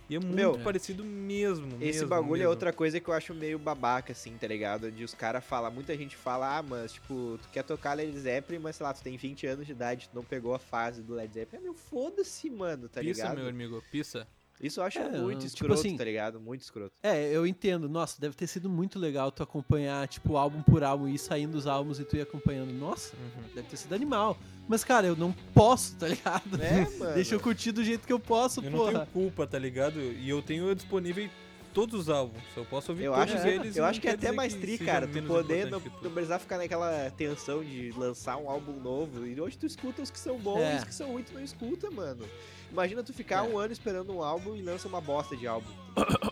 [SPEAKER 3] E é muito
[SPEAKER 2] Meu,
[SPEAKER 3] parecido mesmo.
[SPEAKER 2] Esse
[SPEAKER 3] mesmo,
[SPEAKER 2] bagulho é
[SPEAKER 3] mesmo.
[SPEAKER 2] outra coisa que eu acho meio babaca, assim, tá ligado? De os caras falar, muita gente fala, ah, mas, tipo, tu quer tocar Led Zeppelin, mas, sei lá, tu tem 20 anos de idade, tu não pegou a fase do Led Zeppelin. Ah, meu, foda-se, mano, tá
[SPEAKER 3] Pissa,
[SPEAKER 2] ligado?
[SPEAKER 3] meu amigo, pissa.
[SPEAKER 2] Isso eu acho
[SPEAKER 1] É,
[SPEAKER 2] muito
[SPEAKER 1] tipo
[SPEAKER 2] escroto,
[SPEAKER 1] assim-
[SPEAKER 2] tá ligado? Muito escroto.
[SPEAKER 1] É, eu entendo. Nossa, deve ter sido muito legal tu acompanhar, tipo, álbum por álbum, ir saindo os álbuns e tu ir acompanhando. Nossa,
[SPEAKER 3] Uhum.
[SPEAKER 1] deve ter sido animal. Mas, cara, eu não posso, tá ligado?
[SPEAKER 2] É, mano.
[SPEAKER 1] Deixa eu curtir do jeito que eu posso,
[SPEAKER 3] Eu não
[SPEAKER 1] porra.
[SPEAKER 3] tenho culpa, tá ligado? E eu tenho disponível todos os álbuns. Eu posso ouvir
[SPEAKER 2] Eu acho,
[SPEAKER 3] todos eles. e
[SPEAKER 2] eu
[SPEAKER 3] não
[SPEAKER 2] acho que é
[SPEAKER 3] quer
[SPEAKER 2] até
[SPEAKER 3] dizer
[SPEAKER 2] mais tri,
[SPEAKER 3] seja
[SPEAKER 2] cara. Tu
[SPEAKER 3] menos
[SPEAKER 2] poder não,
[SPEAKER 3] importante que
[SPEAKER 2] não
[SPEAKER 3] tudo.
[SPEAKER 2] precisar ficar naquela tensão de lançar um álbum novo. E hoje tu escuta os que são bons
[SPEAKER 1] É.
[SPEAKER 2] e os que são ruins tu não escuta, mano. Imagina tu ficar
[SPEAKER 1] É.
[SPEAKER 2] um ano esperando um álbum e lança uma bosta de álbum.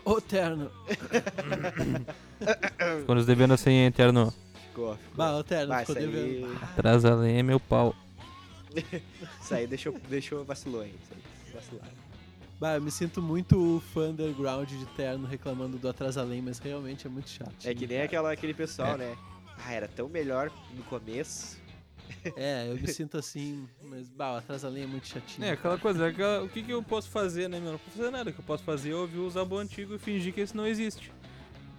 [SPEAKER 1] Ô, Terno.
[SPEAKER 4] Ficou nos devendo a senha interno.
[SPEAKER 2] Ficou. ficou.
[SPEAKER 1] Bah, ô, Terno,
[SPEAKER 2] Bah,
[SPEAKER 1] ficou
[SPEAKER 2] isso aí-
[SPEAKER 1] devendo.
[SPEAKER 4] Traz a lenha, meu pau.
[SPEAKER 2] Isso aí deixou, deixou vacilou aí. isso aí, Vacilaram.
[SPEAKER 1] Bah, eu me sinto muito fã underground de Terno reclamando do Atrasalém, mas realmente é muito chato.
[SPEAKER 2] É que nem aquela, aquele pessoal, né? Ah, era tão melhor no começo.
[SPEAKER 1] É, eu me sinto assim, mas bah, o Atrasalém é muito chatinho.
[SPEAKER 3] É, aquela coisa, é aquela- o que, que eu posso fazer, né, meu? Não posso fazer nada. O que eu posso fazer é ouvir os álbuns antigos e fingir que esse não existe.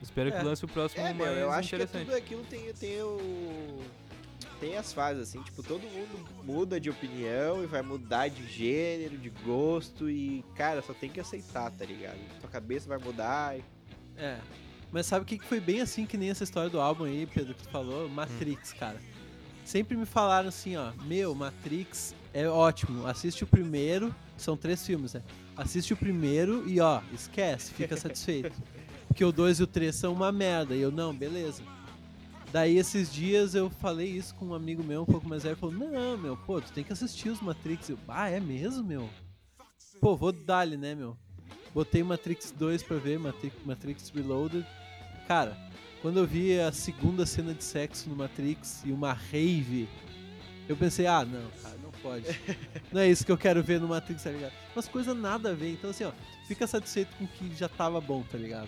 [SPEAKER 3] Espero
[SPEAKER 1] É.
[SPEAKER 3] que lance o próximo
[SPEAKER 2] É, meu,
[SPEAKER 3] mais
[SPEAKER 2] eu acho que
[SPEAKER 3] interessante.
[SPEAKER 2] tudo aquilo tem, tem o. Tem as fases, assim, tipo, todo mundo muda de opinião e vai mudar de gênero, de gosto, e, cara, só tem que aceitar, tá ligado? Tua cabeça vai mudar. e-
[SPEAKER 1] É. Mas sabe o que que foi bem assim, que nem essa história do álbum aí, Pedro, que tu falou? Matrix, cara. Sempre me falaram assim, ó, meu, Matrix é ótimo, assiste o primeiro, são três filmes, né? Assiste o primeiro e ó, esquece, fica satisfeito. Porque o 2 e o 3 são uma merda, e eu, não, beleza. Daí esses dias eu falei isso com um amigo meu um pouco mais velho, ele falou, não, meu, pô, tu tem que assistir os Matrix. Eu, ah, é mesmo, meu? Pô, vou dar-lhe, né, meu? Botei Matrix 2 pra ver, Matrix, Matrix Reloaded. Cara, quando eu vi a segunda cena de sexo no Matrix e uma rave, eu pensei, ah, não, cara, não pode. Não é isso que eu quero ver no Matrix, tá ligado? Umas coisas nada a ver. Então, assim, ó, fica satisfeito com o que já tava bom, tá ligado?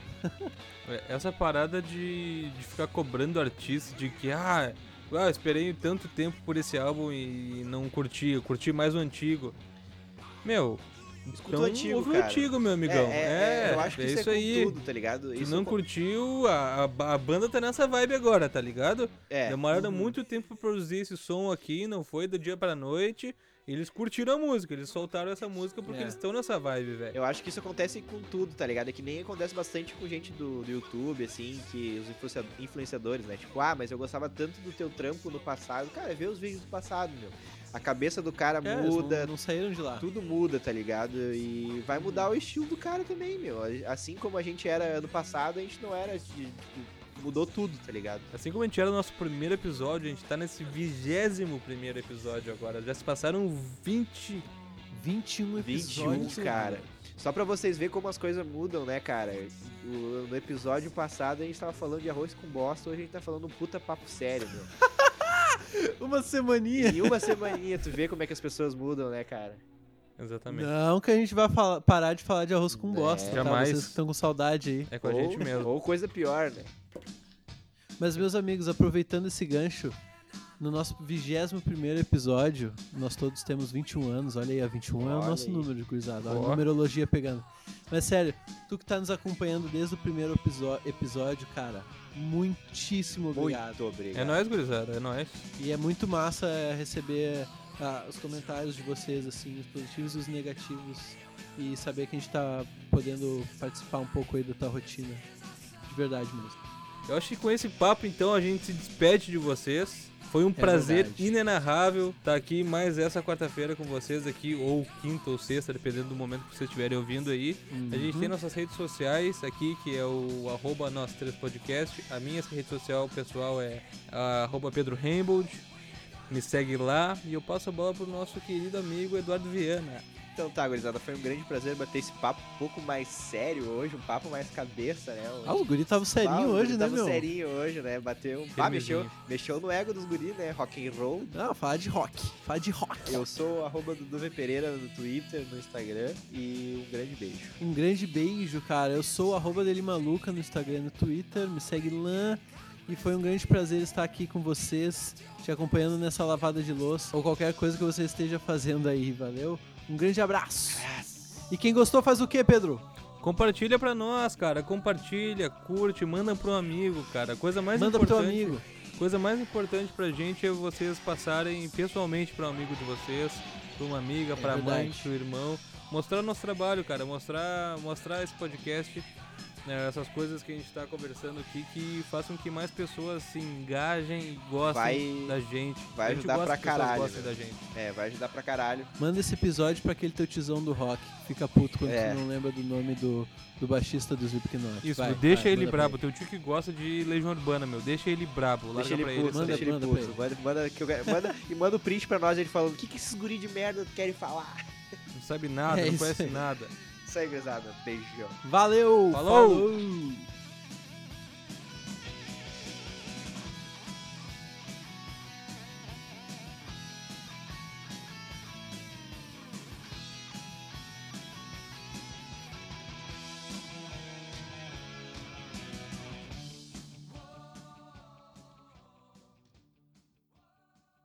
[SPEAKER 3] É, Essa parada de, de ficar cobrando artista de que, ah, ah, eu esperei tanto tempo por esse álbum e não curti, eu curti mais o antigo. Meu,
[SPEAKER 2] Escuta
[SPEAKER 3] então
[SPEAKER 2] o antigo,
[SPEAKER 3] ouve o
[SPEAKER 2] cara.
[SPEAKER 3] antigo, meu amigão. É,
[SPEAKER 2] é, eu acho que
[SPEAKER 3] é
[SPEAKER 2] isso,
[SPEAKER 3] isso
[SPEAKER 2] é com
[SPEAKER 3] aí.
[SPEAKER 2] tudo, tá ligado?
[SPEAKER 3] Tu
[SPEAKER 2] Isso
[SPEAKER 3] não
[SPEAKER 2] co-
[SPEAKER 3] curtiu, a, a, a banda tá nessa vibe agora, tá ligado?
[SPEAKER 2] É,
[SPEAKER 3] Demoraram
[SPEAKER 1] Uhum.
[SPEAKER 3] muito tempo pra produzir esse som aqui, não foi do dia pra noite. Eles curtiram a música, eles soltaram essa música porque
[SPEAKER 1] É.
[SPEAKER 3] eles estão nessa vibe, velho.
[SPEAKER 2] Eu acho que isso acontece com tudo, tá ligado? É que nem acontece bastante com gente do, do YouTube, assim, que os influencia- influenciadores, né? Tipo, ah, mas eu gostava tanto do teu trampo no passado. Cara, vê os vídeos do passado, meu. A cabeça do cara
[SPEAKER 1] É, eles
[SPEAKER 2] muda,
[SPEAKER 1] Não, não saíram de lá.
[SPEAKER 2] Tudo muda, tá ligado? E vai mudar o estilo do cara também, meu. Assim como a gente era ano passado, a gente não era. de- tipo, mudou tudo, tá ligado?
[SPEAKER 3] Assim como a gente era no nosso primeiro episódio, a gente tá nesse vigésimo primeiro episódio agora. Já se passaram 20.
[SPEAKER 1] 21
[SPEAKER 2] 21,
[SPEAKER 1] episódios.
[SPEAKER 2] cara. Só pra vocês verem como as coisas mudam, né, cara? O- no episódio passado a gente tava falando de arroz com bosta, hoje a gente tá falando um puta papo sério, meu.
[SPEAKER 1] Uma semaninha.
[SPEAKER 2] Em uma semaninha, tu vê como é que as pessoas mudam, né, cara?
[SPEAKER 3] Exatamente.
[SPEAKER 1] Não que a gente vai falar- parar de falar de arroz com bosta, tá?
[SPEAKER 3] Jamais.
[SPEAKER 1] Vocês que estão com saudade aí.
[SPEAKER 3] É com a gente mesmo.
[SPEAKER 2] Ou coisa pior, né?
[SPEAKER 1] Mas, meus amigos, aproveitando esse gancho, no nosso 21 episódio, nós todos temos 21 anos, olha aí, a 21 é o
[SPEAKER 2] Olha
[SPEAKER 1] nosso
[SPEAKER 2] aí.
[SPEAKER 1] número de gurizada, olha a
[SPEAKER 3] Ó.
[SPEAKER 1] numerologia pegando. Mas, sério, tu que tá nos acompanhando desde o primeiro episo- episódio, cara, muitíssimo obrigado.
[SPEAKER 2] Muito obrigado.
[SPEAKER 3] É nóis, gurizada, é nóis.
[SPEAKER 1] E é muito massa é, receber ah, os comentários de vocês, assim, os positivos e os negativos, e saber que a gente tá podendo participar um pouco aí da tua rotina. De verdade mesmo.
[SPEAKER 3] Eu acho que com esse papo, então, a gente se despede de vocês. Foi um prazer
[SPEAKER 1] É verdade.
[SPEAKER 3] inenarrável estar aqui mais essa quarta-feira com vocês aqui, ou quinta ou sexta, dependendo do momento que vocês estiverem ouvindo aí. A
[SPEAKER 1] Uhum.
[SPEAKER 3] gente tem nossas redes sociais aqui, que é o arroba nós três podcast. A minha rede social pessoal é ah, arroba Pedro Rainbold. Me segue lá e eu passo a bola pro nosso querido amigo Eduardo Viana.
[SPEAKER 2] Então tá, gurizada, foi um grande prazer bater esse papo um pouco mais sério hoje, um papo mais cabeça, né? Um-
[SPEAKER 1] Ah, o guri tava serinho
[SPEAKER 2] Ah, o guri
[SPEAKER 1] hoje, né,
[SPEAKER 2] tava
[SPEAKER 1] meu?
[SPEAKER 2] serinho hoje, né? Bateu um... Ah, mexeu, mexeu no ego dos guris, né? Rock and roll.
[SPEAKER 1] Não, falar de rock. Falar de rock.
[SPEAKER 2] Eu sou o arroba Dudu V Pereira no Twitter, no Instagram e um grande beijo.
[SPEAKER 1] Um grande beijo, cara. Eu sou o arroba dele maluca no Instagram e no Twitter. Me segue lá. E foi um grande prazer estar aqui com vocês, te acompanhando nessa lavada de louça ou qualquer coisa que você esteja fazendo aí, valeu? Um grande abraço. E quem gostou faz o quê, Pedro?
[SPEAKER 3] Compartilha pra nós, cara. Compartilha, curte, manda pro amigo, cara. A coisa mais
[SPEAKER 1] Manda pro teu
[SPEAKER 3] importante.
[SPEAKER 1] amigo.
[SPEAKER 3] coisa mais importante pra gente é vocês passarem pessoalmente pra um amigo de vocês, pra uma
[SPEAKER 2] É
[SPEAKER 3] amiga, pra mãe,
[SPEAKER 1] verdade.
[SPEAKER 3] pro irmão, mostrar o nosso trabalho, cara, mostrar, mostrar esse podcast né, essas coisas que a gente tá conversando aqui que façam que mais pessoas se engajem e gostem
[SPEAKER 2] Vai-
[SPEAKER 3] da gente.
[SPEAKER 2] vai
[SPEAKER 3] a gente
[SPEAKER 2] ajudar
[SPEAKER 3] gosta
[SPEAKER 2] pra
[SPEAKER 3] que pessoas
[SPEAKER 2] caralho,
[SPEAKER 3] gostem da
[SPEAKER 2] velho.
[SPEAKER 3] gente.
[SPEAKER 2] É, vai ajudar pra caralho.
[SPEAKER 1] Manda esse episódio pra aquele teu tizão do rock. que Fica puto quando
[SPEAKER 2] É.
[SPEAKER 1] tu não lembra do nome do, do baixista do Slipknot.
[SPEAKER 3] Isso,
[SPEAKER 1] Vai,
[SPEAKER 3] deixa
[SPEAKER 1] vai,
[SPEAKER 3] ele
[SPEAKER 1] manda pra
[SPEAKER 3] brabo. Teu tio que gosta de Legião Urbana, meu. Deixa ele brabo. Larga
[SPEAKER 2] Deixa ele
[SPEAKER 3] pra
[SPEAKER 2] puto,
[SPEAKER 3] ele. essa
[SPEAKER 1] manda-
[SPEAKER 2] deixa
[SPEAKER 3] deixa
[SPEAKER 2] ele
[SPEAKER 1] manda pra
[SPEAKER 2] puto. Manda, manda, que eu quero- manda- e manda o print pra nós ele falando o que, que esses guri de merda querem falar.
[SPEAKER 3] ele- Não sabe nada,
[SPEAKER 1] É
[SPEAKER 3] não
[SPEAKER 1] isso
[SPEAKER 3] conhece
[SPEAKER 1] aí.
[SPEAKER 3] nada.
[SPEAKER 2] Isso aí, gurizada. Beijão.
[SPEAKER 1] Valeu!
[SPEAKER 3] Falou!
[SPEAKER 1] falou.